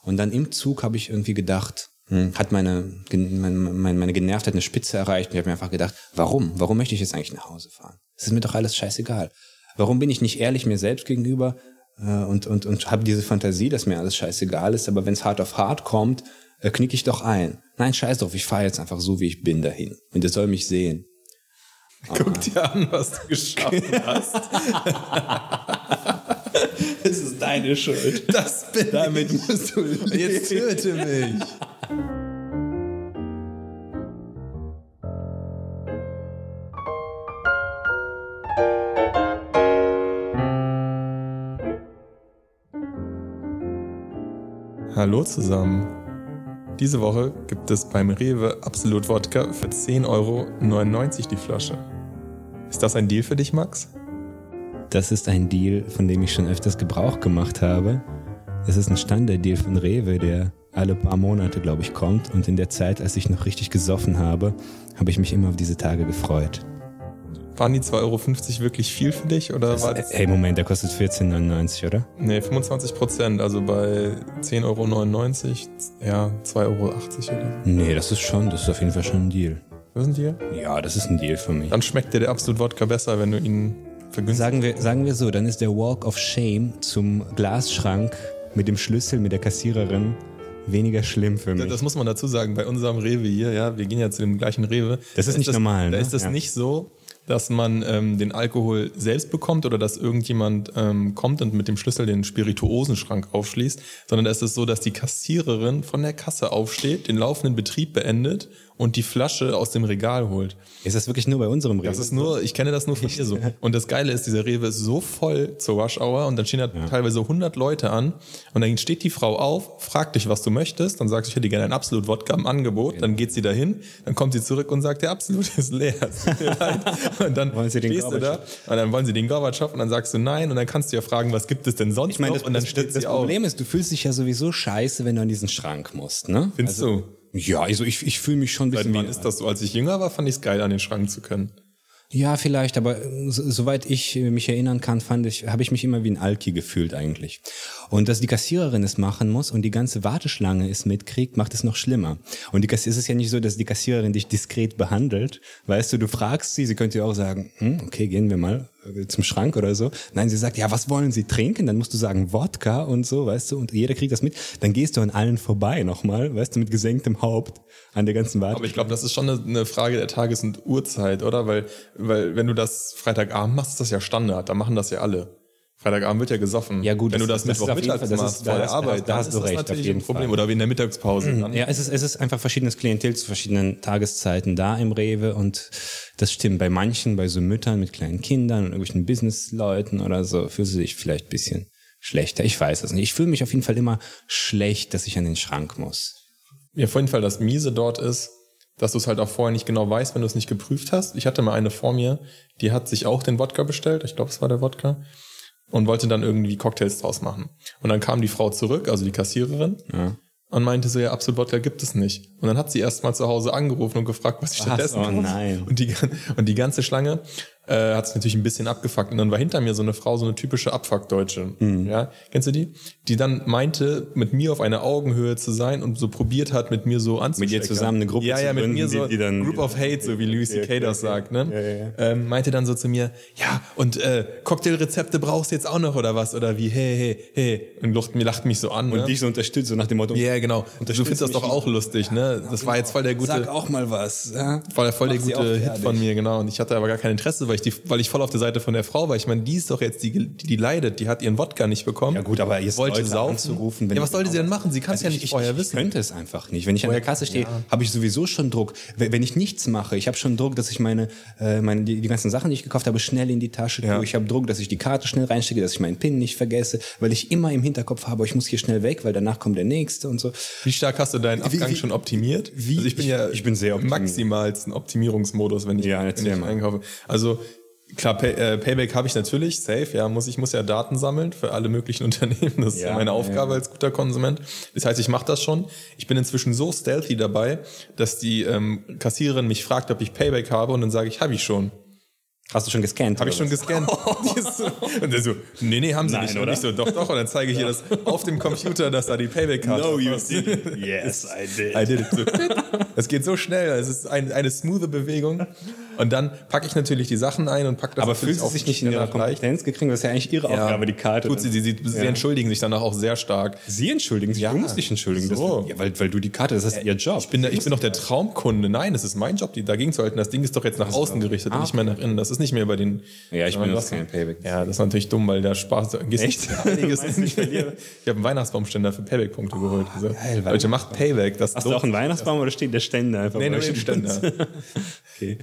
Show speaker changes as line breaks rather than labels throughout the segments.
Und dann im Zug habe ich irgendwie gedacht, hm, hat meine, meine, meine, meine Genervtheit eine Spitze erreicht und ich habe mir einfach gedacht, warum? Warum möchte ich jetzt eigentlich nach Hause fahren? Es ist mir doch alles scheißegal. Warum bin ich nicht ehrlich mir selbst gegenüber äh, und, und, und habe diese Fantasie, dass mir alles scheißegal ist, aber wenn es hart auf hart kommt, äh, knicke ich doch ein. Nein, scheiß drauf, ich fahre jetzt einfach so, wie ich bin dahin. Und ihr soll mich sehen.
Guck dir an, was du geschafft hast.
Es ist deine Schuld.
Das bin
Damit musst du leben.
Jetzt töte mich. Hallo zusammen. Diese Woche gibt es beim Rewe Absolut Wodka für 10,99 Euro die Flasche. Ist das ein Deal für dich, Max?
Das ist ein Deal, von dem ich schon öfters Gebrauch gemacht habe. Es ist ein Standarddeal von Rewe, der alle paar Monate, glaube ich, kommt. Und in der Zeit, als ich noch richtig gesoffen habe, habe ich mich immer auf diese Tage gefreut.
Waren die 2,50 Euro wirklich viel für dich oder war das.
Ey, Äh, Moment, der kostet 14,99, oder?
Nee, 25 Prozent, also bei 10,99 Euro, ja, 2,80 Euro oder
Nee, das ist schon, das ist auf jeden Fall schon ein Deal.
so. Wissen die?
Ja, das ist ein Deal für mich.
Dann schmeckt dir der absolut Wodka besser, wenn du ihn vergünstigst.
Sagen wir, sagen wir so, dann ist der Walk of Shame zum Glasschrank mit dem Schlüssel, mit der Kassiererin weniger schlimm für
Ja,
mich.
Das muss man dazu sagen, bei unserem Rewe hier, ja, wir gehen ja zu dem gleichen Rewe.
Das ist
Da
nicht normal,
Da
ne?
ist das
Ja.
nicht so, dass man ähm, den Alkohol selbst bekommt oder dass irgendjemand ähm, kommt und mit dem Schlüssel den Spirituosenschrank aufschließt, sondern da ist es so, dass die Kassiererin von der Kasse aufsteht, den laufenden Betrieb beendet und die Flasche aus dem Regal holt.
Ist das wirklich nur bei unserem Rewe?
Das ist nur, ich kenne das nur von hier so. Und das Geile ist, dieser Rewe ist so voll zur Rush Hour und dann stehen da teilweise 100 Leute an und dann steht die Frau auf, fragt dich, was du möchtest, dann sagst du, ich hätte gerne einen absolut Wodka im Angebot, dann geht sie dahin, dann kommt sie zurück und sagt, der absolut ist leer. Es tut mir leid. und dann
Wollen Sie den
stehst du da und dann wollen sie den Gorbatschow und dann sagst du nein und dann kannst du ja fragen, was gibt es denn sonst
Ich meine, das,
noch und dann
das, das Problem ist, du fühlst dich ja sowieso scheiße, wenn du an diesen Schrank musst, ne?
Findest du?
Ja, also ich, ich fühle mich schon ein bisschen.
Seit wann ist das so? Als ich jünger war, fand ich es geil, an den Schrank zu können.
Ja, vielleicht, aber äh, so, soweit ich äh, mich erinnern kann, fand ich, habe ich mich immer wie ein Alki gefühlt eigentlich. Und dass die Kassiererin es machen muss und die ganze Warteschlange es mitkriegt, macht es noch schlimmer. Und die Kass es ist ja nicht so, dass die Kassiererin dich diskret behandelt. Weißt du, du fragst sie, sie könnte ja auch sagen, hm, okay, gehen wir mal äh, zum Schrank oder so. Nein, sie sagt, ja, was wollen Sie trinken? Dann musst du sagen, Wodka und so, weißt du, und jeder kriegt das mit. Dann gehst du an allen vorbei nochmal, weißt du, mit gesenktem Haupt an der ganzen Warteschlange.
Aber ich glaube, das ist schon eine, eine Frage der Tages- und Uhrzeit, oder? Weil, weil wenn du das Freitagabend machst, ist das ja Standard. Da machen das ja alle. Freitagabend wird ja gesoffen.
Ja, gut,
Wenn
das-
du
das
das,
ist auf jeden
Mittwochmittags
Fall- das
machst
ist-
vor
da
der
hast- da
Arbeit,
hast- da
dann
hast
ist
du
das
recht, auf
natürlich
jeden
ein Problem.
Fall.
Oder wie in der Mittagspause. ne? Dann,
Ja, es ist, es ist einfach verschiedenes Klientel zu verschiedenen Tageszeiten da im Rewe und das stimmt. Bei manchen, bei so Müttern mit kleinen Kindern und irgendwelchen Businessleuten oder so, fühlen sie sich vielleicht ein bisschen schlechter. Ich weiß es nicht. Ich fühle mich auf jeden Fall immer schlecht, dass ich an den Schrank muss.
Ja, auf jeden Fall das Miese dort ist, dass du es halt auch vorher nicht genau weißt, wenn du es nicht geprüft hast. Ich hatte mal eine vor mir, die hat sich auch den Wodka bestellt, ich glaube, es war der Wodka, und wollte dann irgendwie Cocktails draus machen. Und dann kam die Frau zurück, also die Kassiererin, und meinte so, ja, absolut Wodka gibt es nicht. Und dann hat sie erst mal zu Hause angerufen und gefragt, was ich stattdessen
Oh
kaufe.
nein.
Und die, und die ganze Schlange äh, hat sich natürlich ein bisschen abgefuckt. Und dann war hinter mir so eine Frau, so eine typische Abfuckdeutsche.
Mhm.
Ja, kennst du die? Die dann meinte, mit mir auf einer Augenhöhe zu sein und so probiert hat, mit mir so anzustecken.
zusammen eine Gruppe
Ja,
zu
ja, mit
gründen,
mir so
die- die dann-
Group of Hate, so wie Louis C.K. das sagt. Ne? Ähm, meinte dann so zu mir, ja, und äh, Cocktailrezepte brauchst du jetzt auch noch oder was? Oder wie, hey, hey, hey. Und lacht, mir lacht mich so an. ne?
so unterstützt, so nach dem Motto,
Ja, genau. Du findest das doch auch lustig, ne? Das war jetzt voll der gute
sag auch mal was. Ja?
war der voll der
Mach sie
gute
auch
Hit
fertig.
von mir, genau. Und ich hatte aber gar kein Interesse, weil ich, die, weil ich voll auf der Seite von der Frau war. Ich meine, die ist doch jetzt, die, die, die leidet, die hat ihren Wodka nicht bekommen.
Ja gut, aber jetzt
wollte
Leute
saufen.
anzurufen, wenn
ja, was
du
sollte sie
genau
denn machen? Sie kann es
Also
ja
ich-
nicht
ich,
vorher
ich
wissen.
könnte es einfach nicht. Wenn ich an der Kasse stehe, habe ich sowieso schon Druck. Wenn wenn ich nichts mache, ich habe schon Druck, dass ich meine, äh, meine die, die ganzen Sachen, die ich gekauft habe, schnell in die Tasche tue. Ich habe Druck, dass ich die Karte schnell reinstecke, dass ich meinen PIN nicht vergesse, weil ich immer im Hinterkopf habe, ich muss hier schnell weg, weil danach kommt der nächste und so.
Wie stark hast du deinen Abgang
wie-
schon optimiert?
wie-
also ich bin
ich-
ja
ich bin sehr
im
optimiert.
maximalsten Optimierungsmodus, wenn ich,
Ja,
wenn
erzähl
ich
mal.
einkaufe. Also klar, Pay, äh, Payback habe ich natürlich, safe, ja, muss ich muss ja Daten sammeln für alle möglichen Unternehmen. Das ist ja
Ja,
meine
ja,
Aufgabe als guter Konsument. Das heißt, ich mache das schon. Ich bin inzwischen so stealthy dabei, dass die ähm, Kassiererin mich fragt, ob ich Payback habe und dann sage ich, habe ich schon.
Hast du schon gescannt?
Habe ich schon
oder was?
gescannt. Die ist so- und der so, nee, nee, haben sie
Nein,
nicht. Und
oder?
ich so, doch, doch. Und dann zeige ich ihr das auf dem Computer, dass da die Payback-Karte
No, you
drauf ist.
didn't. Yes, I did.
I did it. So. Es geht so schnell. Es ist ein, eine smoothe Bewegung. Und dann packe ich natürlich die Sachen ein und packe das
Aber
natürlich
fühlt sie
auf
sich
den
nicht in ihrer
Standard leicht.
Kompetenz gekriegt? Das ist ja eigentlich ihre
Ja,
Aufgabe, die Karte.
Tut sie, sie, sie, sie
Ja.
entschuldigen sich danach auch sehr stark.
Sie entschuldigen sich,
Ja.
du musst dich entschuldigen.
So.
Das, ja, weil, weil du die Karte, das ist ihr Job.
Ich bin, da, ich bin doch der Traumkunde. Nein, es ist mein Job, die dagegen zu halten. Das Ding ist doch jetzt nach außen gerichtet und nicht mehr nach innen. Das ist nicht mehr über den.
Ah. Ja, ich
sondern
benutze
das-
kein Payback.
Ja, das ist natürlich dumm, weil da sparst du gehst
Echt?
einiges.
Meinst du, ich
ich
verliere? Ah,
habe einen Weihnachtsbaumständer für Payback-Punkte geholt. Also,
geil,
Leute, macht Payback. Das
Hast du auch einen Weihnachtsbaum oder steht der Ständer einfach?
Nee,
bei
nur
euch
den
im
Ständer.
Wohnzimmer? Okay.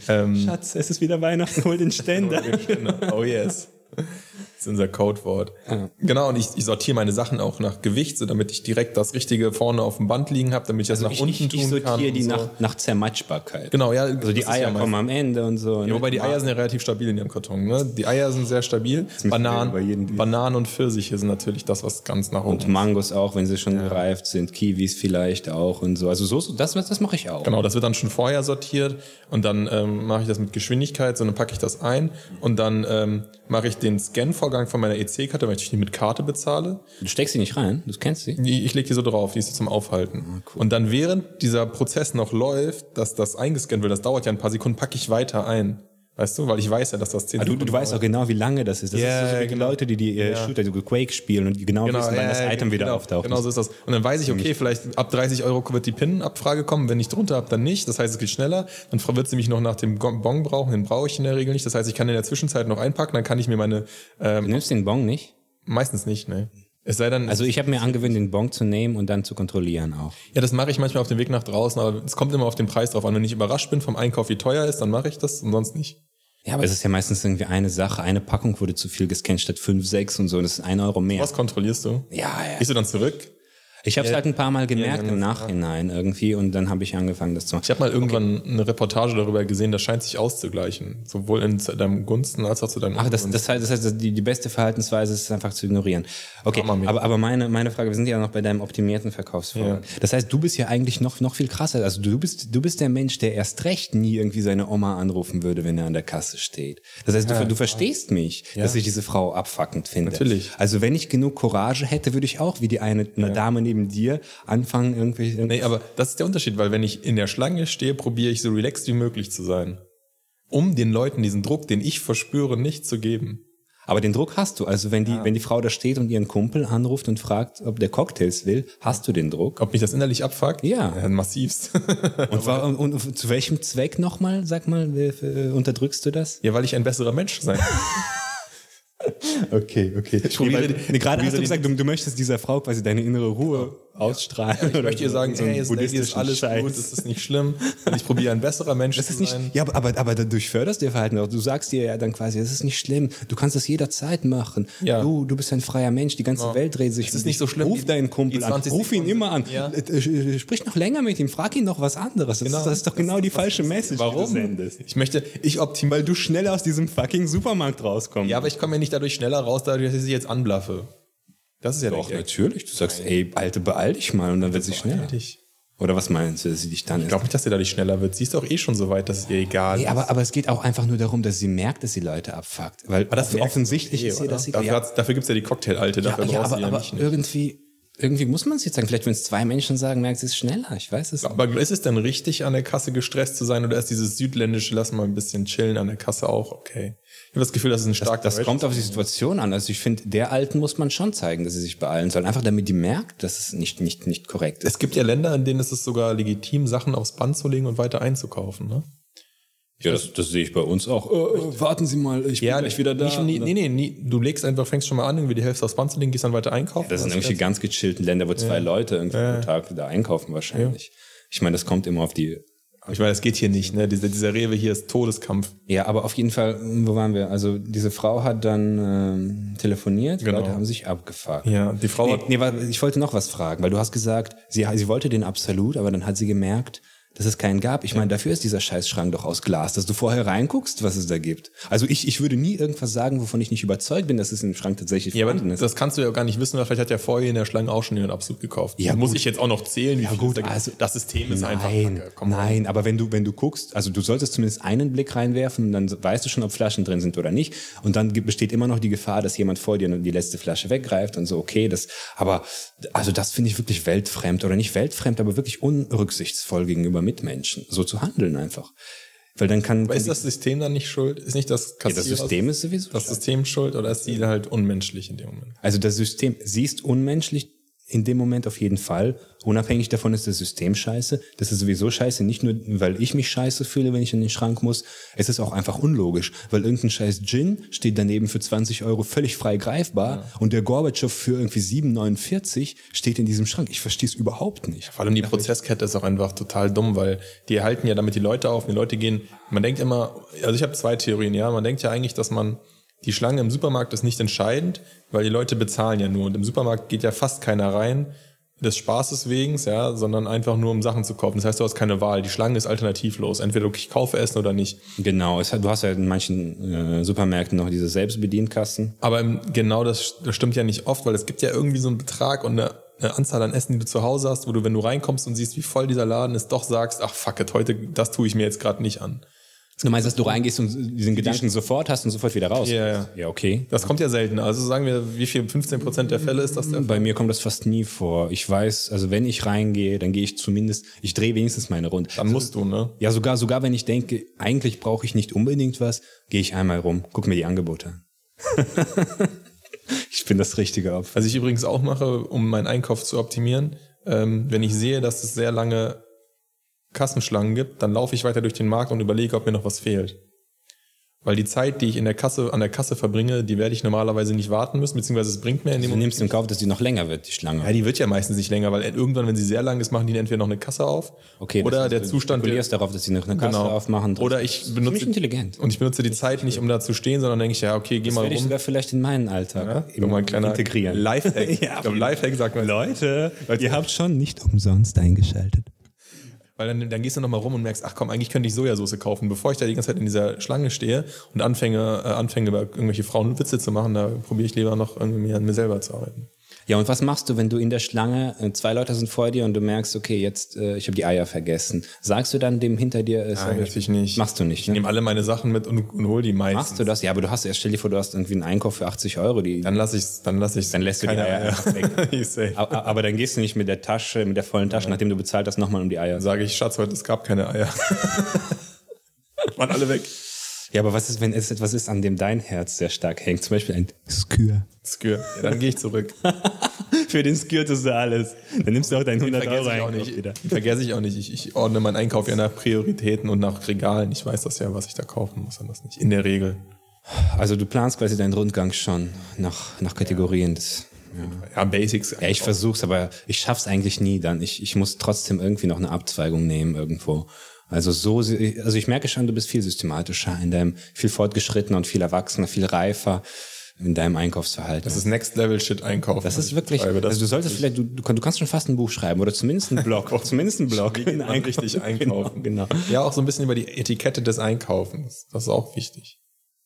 Schatz, es ist wieder Weihnachten, hol den Ständer.
Ständer. Oh yes. Das ist unser Codewort. Genau, und ich, ich sortiere meine Sachen auch nach Gewicht, so damit ich direkt das Richtige vorne auf dem Band liegen habe, damit ich das nach
Also Ich,
unten
ich,
tun
ich
kann.
sortiere
und
die
so.
nach, nach Zermatschbarkeit.
Genau, ja.
Also die Eier kommen am Ende und so. ne?
Ja, wobei die Eier sind ja relativ stabil in ihrem Karton. Ne? Die Eier sind sehr stabil. Bananen,
bei jedem-
Bananen und Pfirsiche sind natürlich das, was ganz nach
und
oben.
Mangos auch, wenn sie schon gereift sind, Kiwis vielleicht auch und so. Also so, so das, das mache ich auch.
Genau, das wird dann schon vorher sortiert und dann ähm, mache ich das mit Geschwindigkeit, so dann packe ich das ein und dann ähm, mache ich den Scan-Vorgang von meiner EC-Karte, weil ich die mit Karte bezahle.
Du steckst sie nicht rein, du kennst sie.
Die- Ich lege die so drauf, die ist so zum Aufhalten.
Ah,
Und dann während dieser Prozess noch läuft, dass das eingescannt wird, das dauert ja ein paar Sekunden, packe ich weiter ein. Weißt du, weil ich weiß ja, dass das 10
Ah, Du, du, du weißt auch genau, wie lange das ist. Das
Ja,
ist so wie die
genau.
Leute, die die äh, Shooter, die Quake spielen und die genau, wissen, wann
ja,
das
ja,
Item wieder
genau,
auftaucht.
Genau so ist das. Und dann weiß ich, okay, vielleicht ab 30 Euro wird die PIN-Abfrage kommen. Wenn ich drunter habe, dann nicht. Das heißt, es geht schneller. Dann wird sie mich noch nach dem Gon- Bon brauchen. Den brauche ich in der Regel nicht. Das heißt, ich kann in der Zwischenzeit noch einpacken. Dann kann ich mir meine, ähm,
Du nimmst den Bong nicht?
meistens nicht, ne. Es sei denn,
Also ich habe mir angewöhnt, den Bong zu nehmen und dann zu kontrollieren auch.
ja, das mache ich manchmal auf dem Weg nach draußen, aber es kommt immer auf den Preis drauf an. Wenn ich überrascht bin vom Einkauf, wie teuer ist, dann mache ich das und sonst nicht.
Ja, aber es ist ja meistens irgendwie eine Sache. Eine Packung wurde zu viel gescannt statt fünf, sechs und so. Und das ist ein Euro mehr.
Was kontrollierst du?
Ja, ja.
Gehst du dann zurück?
Ich habe es halt ein paar Mal gemerkt
ja,
im Nachhinein irgendwie und dann habe ich angefangen, das zu machen.
Ich habe mal irgendwann eine Reportage darüber gesehen, das scheint sich auszugleichen. Sowohl in zu deinem Gunsten als auch zu deinem
Ach, das, das heißt, das heißt die, die beste Verhaltensweise ist einfach zu ignorieren. Okay,
Hammer, Mika.
aber, aber meine, meine Frage, wir sind ja noch bei deinem optimierten Verkaufsvorgang. Das heißt, du bist ja eigentlich noch, noch viel krasser. Also du bist, du bist der Mensch, der erst recht nie irgendwie seine Oma anrufen würde, wenn er an der Kasse steht. Das heißt, du, du verstehst mich, dass ich diese Frau abfuckend finde.
Natürlich.
Also wenn ich genug Courage hätte, würde ich auch wie die eine, eine Dame neben dir anfangen, irgendwie...
Nee, aber das ist der Unterschied, weil wenn ich in der Schlange stehe, probiere ich so relaxed wie möglich zu sein. Um den Leuten diesen Druck, den ich verspüre, nicht zu geben.
Aber den Druck hast du. Also wenn die, wenn die Frau da steht und ihren Kumpel anruft und fragt, ob der Cocktails will, hast du den Druck.
Ob mich das innerlich abfuckt?
Ja.
massivst.
Und, war, und, und zu welchem Zweck nochmal, sag mal, äh, äh, unterdrückst du das?
ja, weil ich ein besserer Mensch sein will.
Okay, okay. Ich
probiere
probiere,
die-
nee, gerade
probiere
hast du
die-
gesagt, du, du möchtest dieser Frau quasi deine innere Ruhe ausstrahlen.
Ich möchte ihr sagen, hey, es ist alles gut, es ist nicht schlimm. Und ich probiere ein besserer Mensch
Das
zu
ist nicht,
sein.
ja, aber, aber, aber dadurch förderst du ihr Verhalten auch. Du sagst ihr ja dann quasi, es ist nicht schlimm, du kannst das jederzeit machen.
Ja.
Du, du bist ein freier Mensch, die ganze Welt dreht sich.
Es ist
um
nicht
dich.
so schlimm,
Ruf
die-
deinen Kumpel
die
an,
20
ruf ihn
Sekunden.
immer an.
Ja.
Äh, äh, äh, Sprich noch länger mit ihm, frag ihn noch was anderes. Das,
Genau.
ist, das ist doch genau die falsche Message, die du
Warum?
sendest.
Ich möchte, ich optimal.
Weil du schnell aus diesem fucking Supermarkt rauskommst.
Ja, aber ich komme ja nicht dadurch schneller raus, dadurch, dass ich sie jetzt anblaffe. Das ist ja
Doch,
der Gag.
natürlich. Du sagst, ey, Alte, beeil dich mal und dann wird sie schneller.
Ich
Oder was meinst du, dass sie dich dann ist?
glaube nicht, dass sie dadurch schneller wird. Sie ist doch eh schon so weit, dass es ihr egal
Nee,
ist.
aber, aber es geht auch einfach nur darum, dass sie merkt, dass sie Leute abfuckt. Weil
das merkt
offensichtlich
Eh,
ist ihr
oder?
das egal.
dafür hat's- dafür gibt's ja die Cocktailalte, dafür
ja,
brauchst
aber,
du ja
aber
nicht. Ne?
irgendwie, irgendwie muss man es jetzt sagen. Vielleicht, wenn es zwei Menschen sagen, merkt sie es schneller. Ich weiß es nicht.
Aber ist es denn richtig, an der Kasse gestresst zu sein oder ist dieses südländische, lass mal ein bisschen chillen an der Kasse auch okay? Ich habe das Gefühl, das ist ein stark
Das kommt auf die Situation an. Also ich finde, der Alten muss man schon zeigen, dass sie sich beeilen soll. Einfach damit die merkt, dass es nicht, nicht, nicht korrekt ist.
Es gibt ja Länder, in denen ist es sogar legitim, Sachen aufs Band zu legen und weiter einzukaufen, ne?
Ja, das, das sehe ich bei uns auch. Äh, warten Sie mal, ich bin gleich wieder da. ne?
Nicht, nie, nee, nee, nie, du legst einfach, fängst schon mal an, irgendwie die Hälfte aufs Band zu legen, gehst dann weiter einkaufen.
Das sind
Also,
irgendwelche ganz gechillten Länder, wo zwei Leute irgendwie pro Tag wieder einkaufen wahrscheinlich. Ich meine, das kommt immer auf die.
ich meine, das geht hier nicht, ne? Dieser, dieser Rewe hier ist Todeskampf.
Ja, aber auf jeden Fall, wo waren wir? Also diese Frau hat dann ähm, telefoniert, die
Genau.
Leute haben sich abgefuckt.
Ja, die Frau
Nee,
hat
nee, warte, ich wollte noch was fragen, weil du hast gesagt, sie, sie wollte den absolut, aber dann hat sie gemerkt, dass es keinen gab. Ich meine, dafür ist dieser Scheißschrank doch aus Glas, dass du vorher reinguckst, was es da gibt. Also ich, ich würde nie irgendwas sagen, wovon ich nicht überzeugt bin, dass es im Schrank tatsächlich
Ja, aber
vorhanden ist.
das kannst du ja gar nicht wissen, weil vielleicht hat ja vorher in der Schlange auch schon jemand absolut gekauft.
Ja,
muss
gut.
ich jetzt auch noch zählen, wie ja,
gut,
da gibt.
also-
das System ist einfach
Nein,
kacke. Komm,
nein, aber wenn du, wenn du guckst, also du solltest zumindest einen Blick reinwerfen und dann weißt du schon, ob Flaschen drin sind oder nicht. Und dann gibt- besteht immer noch die Gefahr, dass jemand vor dir die letzte Flasche weggreift und so, okay, das, aber, also das finde ich wirklich weltfremd oder nicht weltfremd, aber wirklich unrücksichtsvoll gegenüber Mitmenschen. So zu handeln einfach. Weil dann kann,
Aber
kann
ist
die-
das System dann nicht schuld? Ist nicht das
ja, das
Kassierer-
System ist sowieso.
das System schuld oder ist die halt unmenschlich in dem Moment?
Also das System, sie ist unmenschlich in dem Moment auf jeden Fall. Unabhängig davon ist das System scheiße. Das ist sowieso scheiße, nicht nur, weil ich mich scheiße fühle, wenn ich in den Schrank muss. Es ist auch einfach unlogisch, weil irgendein scheiß Gin steht daneben für 20 Euro völlig frei greifbar und der Gorbatschow für irgendwie 7,49 steht in diesem Schrank. Ich verstehe es überhaupt nicht.
Vor allem die Prozesskette ist auch einfach total dumm, weil die halten ja damit die Leute auf, und die Leute gehen. Man denkt immer, also ich habe zwei Theorien, ja. Man denkt ja eigentlich, dass man die Schlange im Supermarkt ist nicht entscheidend, weil die Leute bezahlen ja nur und im Supermarkt geht ja fast keiner rein des Spaßes wegen, ja, sondern einfach nur um Sachen zu kaufen. Das heißt, du hast keine Wahl. Die Schlange ist alternativlos. Entweder ich kaufe Essen oder nicht.
Genau, es hat, du hast ja in manchen äh, Supermärkten noch diese Selbstbedienkassen.
Aber im- genau das, das stimmt ja nicht oft, weil es gibt ja irgendwie so einen Betrag und eine, eine Anzahl an Essen, die du zu Hause hast, wo du, wenn du reinkommst und siehst, wie voll dieser Laden ist, doch sagst, ach fuck it, heute, das tue ich mir jetzt gerade nicht an.
Du meinst, dass du reingehst und diesen Gedanken sofort hast und sofort wieder raus?
Ja, ja.
Ja, okay.
Das kommt ja selten. Also sagen wir, wie viel, 15 Prozent der Fälle ist das der Fall?
Bei mir kommt das fast nie vor. Ich weiß, also wenn ich reingehe, dann gehe ich zumindest, ich drehe wenigstens meine Runde.
Dann musst du, ne?
Ja, sogar, sogar wenn ich denke, eigentlich brauche ich nicht unbedingt was, gehe ich einmal rum, guck mir die Angebote an. ich bin das richtige Opfer.
Was ich übrigens auch mache, um meinen Einkauf zu optimieren, ähm, wenn ich sehe, dass es sehr lange Kassenschlangen gibt, dann laufe ich weiter durch den Markt und überlege, ob mir noch was fehlt. Weil die Zeit, die ich in der Kasse, an der Kasse verbringe, die werde ich normalerweise nicht warten müssen, beziehungsweise es bringt mir in dem
Du nimmst in Kauf, dass die noch länger wird, die
Ja,
Schlange.
die wird ja meistens nicht länger, weil irgendwann, wenn sie sehr lang ist, machen die entweder noch eine Kasse auf
Okay, das
oder
heißt,
der
du
Zustand der, Genau.
spekulierst darauf, dass die noch eine Kasse aufmachen.
Oder ich
Ziemlich
benutze
intelligent.
und ich benutze die Zeit nicht, um da zu stehen, sondern denke ich, ja, okay, geh mal
Werde ich
rum.
sogar vielleicht in meinen
Ja,
Alltag
so mal ein kleiner
integrieren.
Lifehack.
Ja,
ich glaube, Lifehack sagt man.
Leute, ihr habt schon nicht umsonst eingeschaltet.
Weil dann, dann gehst du nochmal rum und merkst, ach komm, eigentlich könnte ich Sojasauce kaufen. Bevor ich da die ganze Zeit in dieser Schlange stehe und anfange, äh, anfange über irgendwelche Frauen Witze zu machen, da probiere ich lieber noch irgendwie mir an mir selber zu arbeiten.
Ja, und was machst du, wenn du in der Schlange, äh, zwei Leute sind vor dir und du merkst, okay, jetzt, äh, ich habe die Eier vergessen. Sagst du dann dem hinter dir, äh, sorry,
natürlich nicht.
machst du nicht,
Ich
ne?
nehme alle meine Sachen mit und, und hol die meistens.
Machst du das? Ja, aber du hast erst, stell dir vor, du hast irgendwie einen Einkauf für 80 Euro. Die,
Dann lasse ich dann lasse ich
Dann lässt du die Eier einfach weg.
ich safe.
A- a- aber dann gehst du nicht mit der Tasche, mit der vollen Tasche, nachdem du bezahlt hast, nochmal um die Eier.
Dann sage ich, Schatz, heute es gab keine Eier. Waren alle weg.
Ja, aber was ist, wenn es etwas ist, an dem dein Herz sehr stark hängt? Zum Beispiel ein Skür.
Skür. Ja, dann gehe ich zurück.
Für den Skür tust du alles. Dann nimmst du auch deinen 100 Euro
Vergesse ich auch
Einkauf
nicht.
wieder.
Den Vergesse ich auch nicht. Ich, ich ordne meinen Einkauf ja nach Prioritäten und nach Regalen. Ich weiß das ja, was ich da kaufen muss und was nicht. In der Regel.
Also du planst quasi deinen Rundgang schon nach, nach Kategorien. Das,
Ja, Basics.
Ja, ich versuch's, aber ich schaff's eigentlich nie dann. Ich, ich muss trotzdem irgendwie noch eine Abzweigung nehmen irgendwo. Also so, si- also ich merke schon, du bist viel systematischer in deinem, viel fortgeschrittener und viel erwachsener, viel reifer in deinem Einkaufsverhalten.
das ist Next Level Shit einkaufen.
Das ist wirklich,
Das,
also du solltest vielleicht, du, du, kann- du kannst schon fast ein Buch schreiben oder zumindest einen Blog, zumindest einen Blog.
wie man richtig einkaufen.
Genau, genau.
Ja, auch so ein bisschen über die Etikette des Einkaufens. Das ist auch wichtig.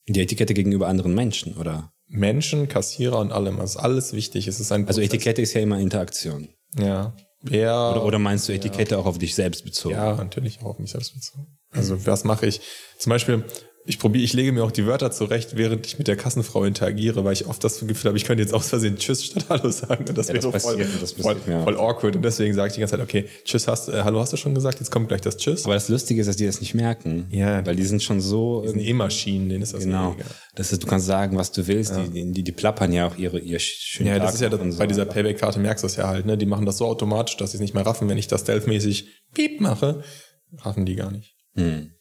Die Etikette gegenüber anderen Menschen, oder?
Menschen, Kassierer und allem. Das ist alles wichtig. Es ist ein
Also Etikette ist ja immer Interaktion.
Ja. Wer
Oder, oder meinst du Etikette auch auf dich selbst bezogen?
Ja, natürlich auch auf mich selbst bezogen. Also was mache ich? Zum Beispiel, ich probiere, ich lege mir auch die Wörter zurecht, während ich mit der Kassenfrau interagiere, weil ich oft das Gefühl habe, ich könnte jetzt aus Versehen Tschüss statt Hallo sagen. Und das
Ja,
wäre
das
so voll,
passiert, das
voll,
passiert mir auch.
voll awkward. Und deswegen sage ich die ganze Zeit, okay, Tschüss hast äh, Hallo hast du schon gesagt, jetzt kommt gleich das Tschüss.
Aber das Lustige ist, dass die das nicht merken.
Ja.
Weil die sind schon so
das sind E-Maschinen, denen ist das
Genau.
weniger.
Das ist, du kannst sagen, was du willst. Die, die, die plappern ja auch ihre, ihr schönen
Ja,
Tag
das ist ja das,
und so.
bei dieser Payback-Karte merkst du es ja halt, ne? Die machen das so automatisch, dass sie es nicht mehr raffen. Wenn ich das stealth-mäßig piep mache, raffen die gar nicht.
Hm.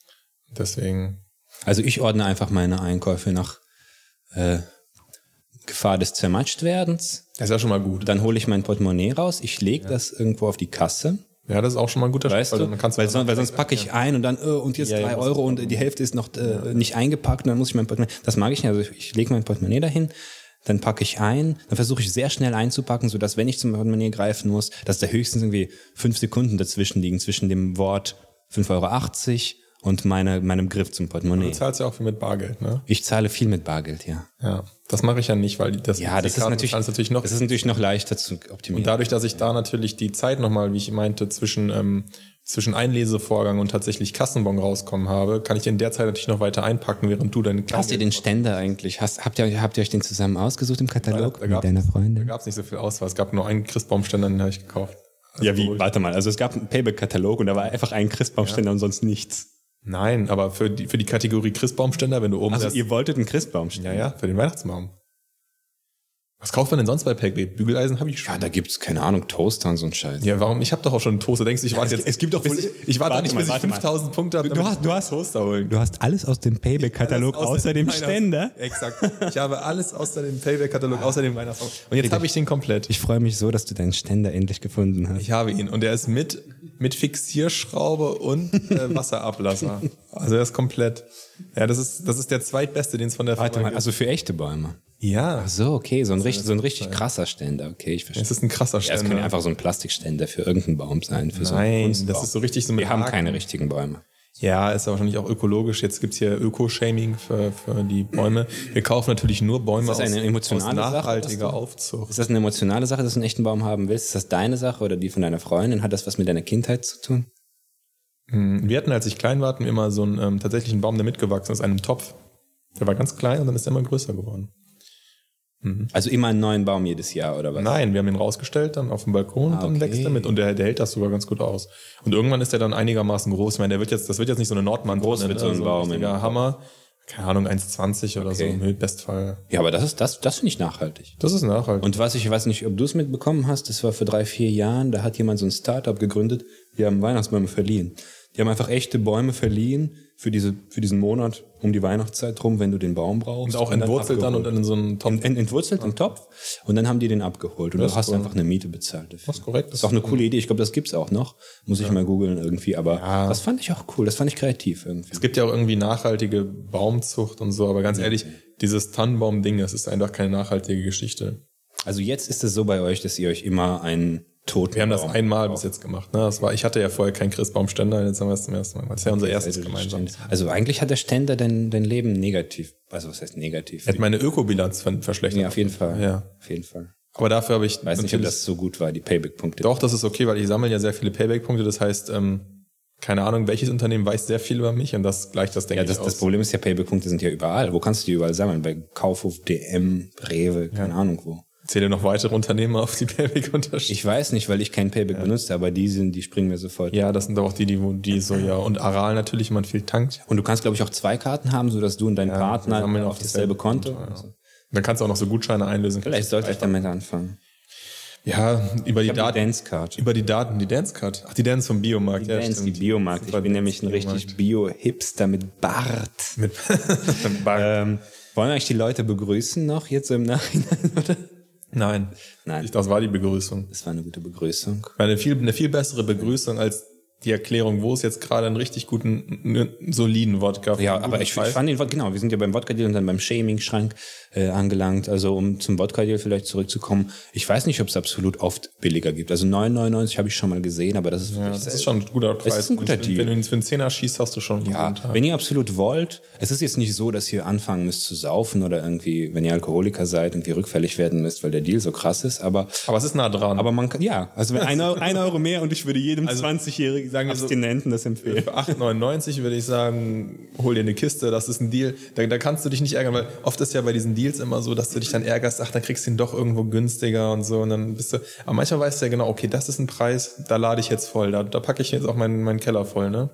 Deswegen,
Also ich ordne einfach meine Einkäufe nach äh, Gefahr des Zermatschtwerdens.
das ist ja schon mal gut.
Dann hole ich mein Portemonnaie raus. Ich lege das irgendwo auf die Kasse.
Ja, das ist auch schon mal ein guter
Weißt
Schritt,
du?
weil dann kannst
weil,
du
son weil sonst packe ich ein und dann, äh, und jetzt
Ja, ja,
drei
das
Euro und die Hälfte ist noch äh, nicht eingepackt und dann muss ich mein Portemonnaie. Das mag ich nicht. Also ich, ich lege mein Portemonnaie dahin, dann packe ich ein, dann versuche ich sehr schnell einzupacken, sodass, wenn ich zum Portemonnaie greifen muss, dass da höchstens irgendwie fünf Sekunden dazwischen liegen, zwischen dem Wort 5,80 Euro und meine, meinem Griff zum
Du
Portemonnaie.
zahlst ja auch viel mit Bargeld, ne?
Ich zahle viel mit Bargeld, ja.
Ja. Das mache ich ja nicht, weil das,
Ja,
die
das ist,
Karten
natürlich,
zahlen es natürlich noch.
das ist natürlich noch leichter zu optimieren.
Und dadurch, dass ich da natürlich die Zeit nochmal, wie ich meinte, zwischen, ähm, zwischen Einlesevorgang und tatsächlich Kassenbon rauskommen habe, kann ich in der Zeit natürlich noch weiter einpacken, während du deinen
Hast du den Ständer eigentlich? Hast, habt, ihr, habt ihr euch den zusammen ausgesucht im Katalog
Da
mit
gab's-
deiner
Da
Freundin?
gab es nicht so viel Auswahl. Es gab nur einen Christbaumständer, den habe ich gekauft. Also
Ja, wie?
geholt.
Warte mal. Also es gab einen Payback-Katalog und da war einfach ein Christbaumständer und sonst nichts.
Nein, aber für die, für die Kategorie Christbaumständer, wenn du oben
Also
das-
ihr wolltet einen Christbaumständer?
Ja, ja, für den Weihnachtsbaum. Was kauft man denn sonst bei Peggy? Bügeleisen habe ich schon.
Ja, da gibt's keine Ahnung, Toaster und so ein Scheiß.
Ja, warum? Ich habe doch auch schon einen Toaster. Denkst du, ich warte
es-
jetzt.
es gibt doch
bis
wohl-
ich, ich warte,
Warte
nicht,
mal,
bis ich
warte mal.
5000 Punkte habe.
Du
damit
hast-
ich
du
einen
hast-
Toaster holen.
Du hast alles aus dem Payback-Katalog
Alles
außer dem
Weihnachts-
Ständer.
Exakt. Ich habe alles außer dem Payback-Katalog, außer dem Weihnachtsbaum. Und jetzt habe ich den komplett.
Ich freue mich so, dass du deinen Ständer endlich gefunden hast.
Ich habe ihn. Und er ist mit, mit Fixierschraube und äh, Wasserablasser. Also er ist komplett. Ja, das ist, das ist der zweitbeste, den es von der
Warte
Firma
mal,
gibt.
also für echte Bäume.
ja,
Ach so, okay, so ein richtig, so ein richtig krasser Ständer. Okay, ich verstehe.
es ist ein krasser
Ja, es
Ständer.
kann ja einfach so ein Plastikständer für irgendeinen Baum sein. Für so einen
Nein,
Kunstbaum.
das ist so richtig so mit
Wir haben
Haken.
keine richtigen Bäume.
Ja, ist ja wahrscheinlich auch ökologisch. Jetzt gibt's hier Öko-Shaming für, für die Bäume. Wir kaufen natürlich nur Bäume
Ist das eine emotionale
aus
Sache,
nachhaltiger
dass du-
Aufzucht.
Ist das eine emotionale Sache, dass du einen echten Baum haben willst? Ist das deine Sache oder die von deiner Freundin? Hat das was mit deiner Kindheit zu tun?
Wir hatten, als ich klein war, hatten wir immer so einen ähm, tatsächlichen Baum, der mitgewachsen ist, einem Topf. Der war ganz klein und dann ist er immer größer geworden.
Also immer einen neuen Baum jedes Jahr oder was?
Nein, wir haben ihn rausgestellt, dann auf dem Balkon und dann
Ah, okay.
wächst er mit. Und der, der hält das sogar ganz gut aus. Und irgendwann ist er dann einigermaßen groß. Ich meine, der wird jetzt, das wird jetzt nicht so eine Nordmann.
Groß wird so ein Baum im
richtiger Hammer. Keine Ahnung, 1,20 oder so
Okay.
im Höchstfall.
Ja, aber das ist das, das finde ich nachhaltig.
Das ist nachhaltig.
Und was ich weiß nicht, ob du es mitbekommen hast, das war vor drei, vier Jahren, da hat jemand so ein Startup gegründet, die haben Weihnachtsbäume verliehen. Die haben einfach echte Bäume verliehen für, diese, für diesen Monat um die Weihnachtszeit rum, wenn du den Baum brauchst.
Und auch entwurzelt dann und in so einen Topf.
ent, ent, entwurzelt im Topf und dann haben die den abgeholt und du hast einfach eine Miete bezahlt. Dafür. Das
ist korrekt.
Das ist auch eine coole Idee. Ich glaube, das gibt's auch noch. Muss ich mal googeln irgendwie. Aber das fand ich auch cool. Das fand ich kreativ irgendwie.
Es gibt ja auch irgendwie nachhaltige Baumzucht und so, aber ganz
Mhm.
ehrlich, dieses Tannenbaum-Ding, das ist einfach keine nachhaltige Geschichte.
Also jetzt ist es so bei euch, dass ihr euch immer einen toten
Wir haben das einmal bis jetzt gemacht. Ne? Das war, ich hatte ja vorher keinen Christbaumständer, jetzt haben wir es zum ersten Mal. gemacht. Das ist ja unser erstes gemeinsam.
Also eigentlich hat der Ständer dein, dein Leben negativ. Also was heißt negativ?
Hätte meine Ökobilanz ver- verschlechtert.
Ja, auf jeden Fall.
Ja.
Auf jeden Fall.
Aber dafür habe ich
Weiß nicht, ob
natürlich-
das so gut war, die Payback-Punkte.
Doch, das ist okay, weil ich sammle ja sehr viele Payback-Punkte. Das heißt, ähm, keine Ahnung, welches Unternehmen weiß sehr viel über mich und das gleicht das, denke
Ja, das,
ich,
das
aus.
Problem ist ja, Payback-Punkte sind ja überall. Wo kannst du die überall sammeln? Bei Kaufhof, DM, Rewe, keine Ahnung wo.
Zähle noch weitere Unternehmen auf, die Payback unterstützen.
Ich weiß nicht, weil ich kein Payback benutze, aber die sind, die springen mir sofort.
Ja, das sind aber auch die, die, wo- die so, ja. Und Aral natürlich, wenn man viel tankt.
Und du kannst, glaube ich, auch zwei Karten haben, sodass du und dein Partner
sammeln
auf
auf
dasselbe
dasselbe
Konto. Also,
Dann kannst du auch noch so Gutscheine einlösen.
vielleicht sollte ich damit anfangen.
Ja, über die
Ich habe die
Daten.
Dance-Card.
Über die Daten, die Dance-Card. Ach, die Dance vom Biomarkt. ja,
Dance, die
stimmt.
Biomarkt. Ich
Super
bin
Dance,
nämlich ein richtig Bio-Hipster mit Bart.
Mit, mit Bar-
Ähm, wollen wir eigentlich die Leute begrüßen noch jetzt so im Nachhinein? Oder?
Nein.
Nein.
Ich, das war die Begrüßung.
Das war eine gute Begrüßung.
Eine viel, eine viel bessere Begrüßung als die Erklärung, wo es jetzt gerade einen richtig guten, einen soliden Wodka
Ja, aber ich, ich fand den, Wod- genau, wir sind ja beim Wodka-Deal und dann beim Shaming-Schrank äh, angelangt. Also um zum Wodka-Deal vielleicht zurückzukommen. Ich weiß nicht, ob es absolut oft billiger gibt. Also 9,99 habe ich schon mal gesehen, aber das ist wirklich
das ist schon ein guter Preis.
ein guter
Und
Deal.
Wenn du ihn für einen Zehner schießt, hast du schon einen
Ja,
guten Tag.
wenn ihr absolut wollt, es ist jetzt nicht so, dass ihr anfangen müsst zu saufen oder irgendwie, wenn ihr Alkoholiker seid, irgendwie rückfällig werden müsst, weil der Deal so krass ist, aber,
Aber es ist nah dran.
aber man kann, ja, also wenn ein Euro, ein Euro mehr und ich würde jedem
Also
20-jährigen sagen,
wir so-
Abstinenten das empfehlen.
Für 8,99 würde ich sagen, hol dir eine Kiste, das ist ein Deal. Da, da kannst du dich nicht ärgern, weil oft ist ja bei diesen Deals immer so, dass du dich dann ärgerst, ach, dann kriegst du ihn doch irgendwo günstiger und so. Und dann bist du. Aber manchmal weißt du ja genau, okay, das ist ein Preis, da lade ich jetzt voll, da, da packe ich jetzt auch meinen, meinen Keller voll, ne?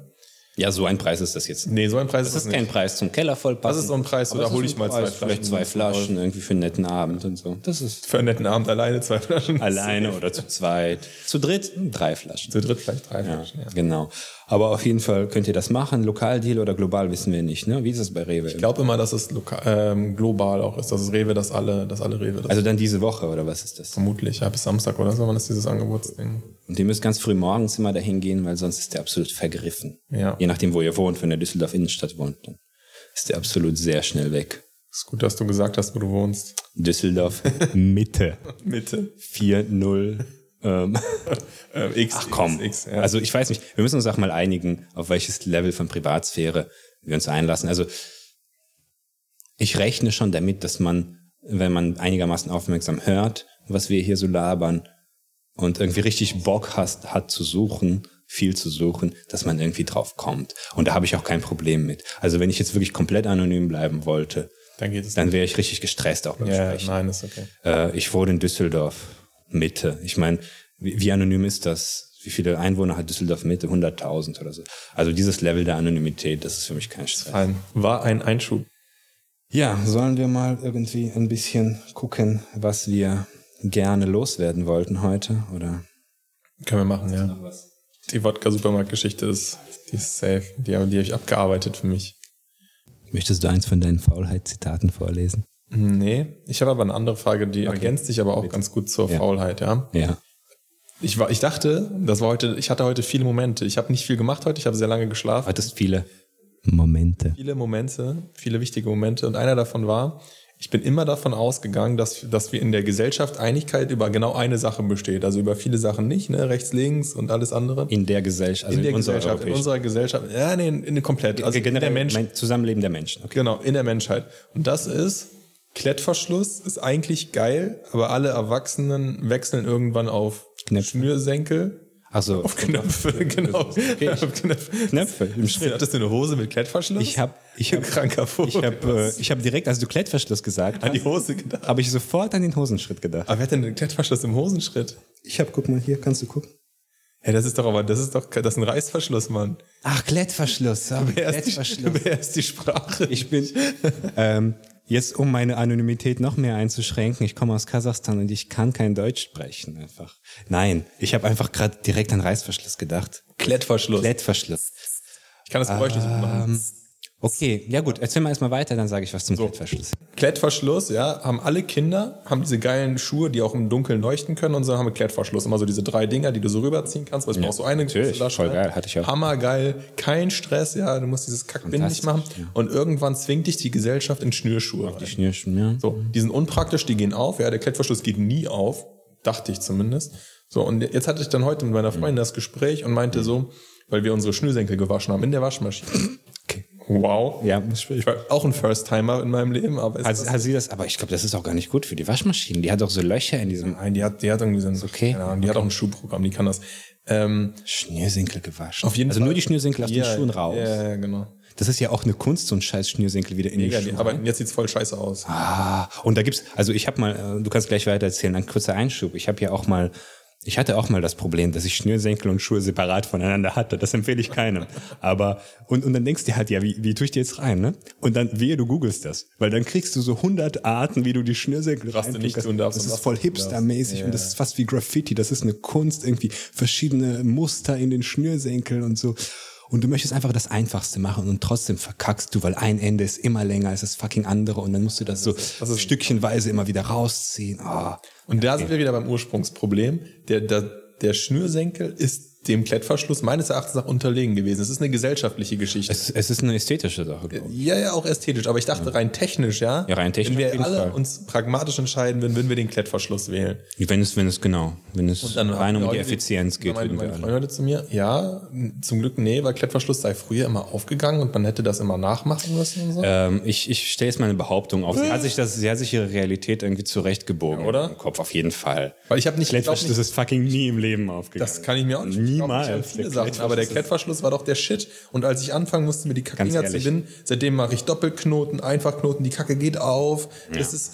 Ja, so ein Preis ist das jetzt.
Nee, so ein Preis
Das
ist
ist
es nicht.
kein Preis zum Keller vollpassen.
Das ist so ein Preis,
Aber
da
es ist
hol
ein
ich mal
Preis,
zwei
Vielleicht
Flaschen.
zwei Flaschen irgendwie für einen netten Abend und so. Das ist
Für einen netten Abend alleine zwei Flaschen.
alleine oder zu zweit. Zu dritt drei Flaschen.
Zu dritt vielleicht drei Flaschen, ja.
Genau. Aber auf jeden Fall könnt ihr das machen. Lokaldeal oder global wissen wir nicht, ne? Wie ist es bei Rewe?
Ich glaube immer, dass es loka- ähm, global auch ist, dass es Rewe, dass alle, dass alle Rewe das
Also dann diese Woche oder was ist das?
vermutlich, ja, bis Samstag oder so, wann ist dieses Angebotsding?
Und ihr müsst ganz früh morgens immer dahin gehen, weil sonst ist der absolut vergriffen.
Ja.
Je nachdem, wo ihr wohnt, wenn ihr Düsseldorf Innenstadt wohnt, dann ist der absolut sehr schnell weg.
Ist gut, dass du gesagt hast, wo du wohnst.
Düsseldorf Mitte
Mitte.
4-0 Ähm,
Ähm, X,
Ach komm.
X, X, ja.
Also ich weiß nicht, wir müssen uns auch mal einigen, auf welches Level von Privatsphäre wir uns einlassen. Also ich rechne schon damit, dass man, wenn man einigermaßen aufmerksam hört, was wir hier so labern und irgendwie richtig Bock hast, hat zu suchen, viel zu suchen, dass man irgendwie drauf kommt. Und da habe ich auch kein Problem mit. Also wenn ich jetzt wirklich komplett anonym bleiben wollte,
dann geht es
dann wäre ich richtig gestresst auch beim
Ja,
Sprechen.
nein, ist okay.
Äh, ich wohne in Düsseldorf Mitte. Ich meine, wie, wie anonym ist das? Wie viele Einwohner hat Düsseldorf Mitte? 100.000 oder so. Also dieses Level der Anonymität, das ist für mich kein Stress.
Ein, war ein Einschub.
Ja, sollen wir mal irgendwie ein bisschen gucken, was wir gerne loswerden wollten heute? Oder?
Können wir machen, ja. Die Wodka-Supermarkt-Geschichte ist, die ist safe. Die, habe- die habe ich abgearbeitet für mich.
Möchtest du eins von deinen Faulheitszitaten vorlesen?
Nee, ich habe aber eine andere Frage, die ergänzt sich aber auch ganz gut zur
Ja.
Faulheit, ja.
Ja.
Ich war, ich dachte, das war heute, ich hatte heute viele Momente. Ich habe nicht viel gemacht heute, ich habe sehr lange geschlafen.
Hattest viele Momente.
Viele Momente, viele wichtige Momente. Und einer davon war, ich bin immer davon ausgegangen, dass, dass wir in der Gesellschaft Einigkeit über genau eine Sache besteht. Also über viele Sachen nicht, ne? Rechts, links und alles andere.
In der Gesellschaft, also
in
in,
der
unserer
Gesellschaft, in
europäischen-
unserer Gesellschaft, ja, nee, in, in komplett, also in der
generell
Menschheit.
mein Zusammenleben der Menschen. Okay.
Genau, in der Menschheit. Und das ist, Klettverschluss ist eigentlich geil, aber alle Erwachsenen wechseln irgendwann auf
Knöpfe.
Schnürsenkel.
Also,
Auf Knöpfe, genau. Auf Knöpfe.
Knöpfe im Schritt.
Hattest du eine Hose mit Klettverschluss?
Ich hab- ich hab-
kranker Vogel.
Ich habe äh, ich hab direkt, als du Klettverschluss gesagt
an die
hast,
Hose gedacht.
habe ich sofort an den Hosenschritt gedacht.
Aber wer hat denn einen Klettverschluss im Hosenschritt?
Ich habe, guck mal hier, kannst du gucken.
Hey, das ist doch aber, das ist doch, das ist ein Reißverschluss, Mann.
Ach, Klettverschluss. ah,
Wer ist,
Klettverschluss.
die, wer ist die Sprache?
Ich bin, ähm, jetzt um meine Anonymität noch mehr einzuschränken, ich komme aus Kasachstan und ich kann kein Deutsch sprechen einfach. Nein, ich habe einfach gerade direkt an Reißverschluss gedacht.
Klettverschluss.
Klettverschluss. Ähm.
ich kann das Geräusch nicht machen.
Okay, ja gut, erzähl mal erstmal weiter, dann sage ich was zum Klettverschluss.
Klettverschluss, ja, haben alle Kinder, haben diese geilen Schuhe, die auch im Dunkeln leuchten können und so haben wir Klettverschluss. Immer so diese drei Dinger, die du so rüberziehen kannst, weil es brauchst so eine
natürlich,
große Lasche.
voll geil, hatte ich auch.
Hammergeil, kein Stress, ja, du musst dieses Kackbind nicht machen.
Fantastisch,
Und irgendwann zwingt dich die Gesellschaft in Schnürschuhe. rein.
Die Schnürschen, ja.
So, die sind unpraktisch, die gehen auf. Ja, der Klettverschluss geht nie auf, dachte ich zumindest. So, und jetzt hatte ich dann heute mit meiner
Mhm.
Freundin das Gespräch und meinte so, weil wir unsere Schnürsenkel gewaschen haben in der Waschmaschine.
Okay.
Wow.
Ja, Also- muss ich
Ich war auch ein First-Timer in meinem Leben, aber es
Hat, hat sie das, aber ich glaube, das ist auch gar nicht gut für die Waschmaschinen. Die hat auch so Löcher in diesem
Nein, die hat, die hat irgendwie so ein,
okay.
keine Ahnung, die hat auch ein Schuhprogramm, die kann das. Ähm,
Schnürsenkel gewaschen.
auf jeden
also
Fall.
nur die Schnürsenkel aus
Ja,
den Schuhen raus.
Ja, ja, genau.
Das ist ja auch eine Kunst, so ein scheiß Schnürsenkel wieder in
Mega,
die
die
Schuhe.
arbeiten, jetzt sieht's voll scheiße aus.
Ah, und da gibt's, also ich habe mal, äh, du kannst gleich weiter erzählen, ein kurzer Einschub. Ich habe ja auch mal, ich hatte auch mal das Problem, dass ich Schnürsenkel und Schuhe separat voneinander hatte. Das empfehle ich keinem. Aber, und, und dann denkst du dir halt, ja, wie, wie tue ich die jetzt rein, ne? Und dann, wehe, du googelst das. Weil dann kriegst du so 100 Arten, wie du die Schnürsenkel
Was du
reintun
nicht
kannst.
tun darfst
Das
und
ist
was
voll
du tun darfst.
hipstermäßig und das ist fast wie Graffiti. Das ist eine Kunst, irgendwie verschiedene Muster in den Schnürsenkeln und so. Und du möchtest einfach das Einfachste machen und trotzdem verkackst du, weil ein Ende ist immer länger als das fucking andere und dann musst du das so stückchenweise immer wieder rausziehen. Ah.
Und da sind wir wieder beim Ursprungsproblem. Der, der, der Schnürsenkel ist dem Klettverschluss meines Erachtens nach unterlegen gewesen. Es ist eine gesellschaftliche Geschichte.
Es, es ist eine ästhetische Sache, glaube ich.
ja, ja, auch ästhetisch, aber ich dachte rein technisch, ja.
Ja, rein technisch auf
Wenn wir
jeden
alle
Fall.
uns pragmatisch entscheiden würden, würden wir den Klettverschluss wählen.
Wenn es, wenn es genau, wenn es rein um die Effizienz geht.
Meine,
würden wir
meine
alle-
Freundin heute zu mir, ja, n- zum Glück, nee, weil Klettverschluss sei früher immer aufgegangen und man hätte das immer nachmachen müssen und so.
Ähm, ich ich stelle jetzt mal eine Behauptung auf. Sie hat sich, das, sie hat sich ihre Realität irgendwie zurechtgebogen.
Ja, oder?
Im Kopf, auf jeden Fall.
Weil ich habe nicht, ich glaub
Klettverschluss
nicht,
ist fucking nie im Leben aufgegangen.
das kann ich mir auch nicht ich glaub
Niemals.
nicht an viele
Der
Sachen, aber der
Klettverschluss ist-
Klettverschluss war doch der Shit. Und als ich anfangen musste, mir die
Ganz
Kackdinger zu
ehrlich.
binden, seitdem mache ich Doppelknoten, Einfachknoten, die Kacke geht auf. Das ist,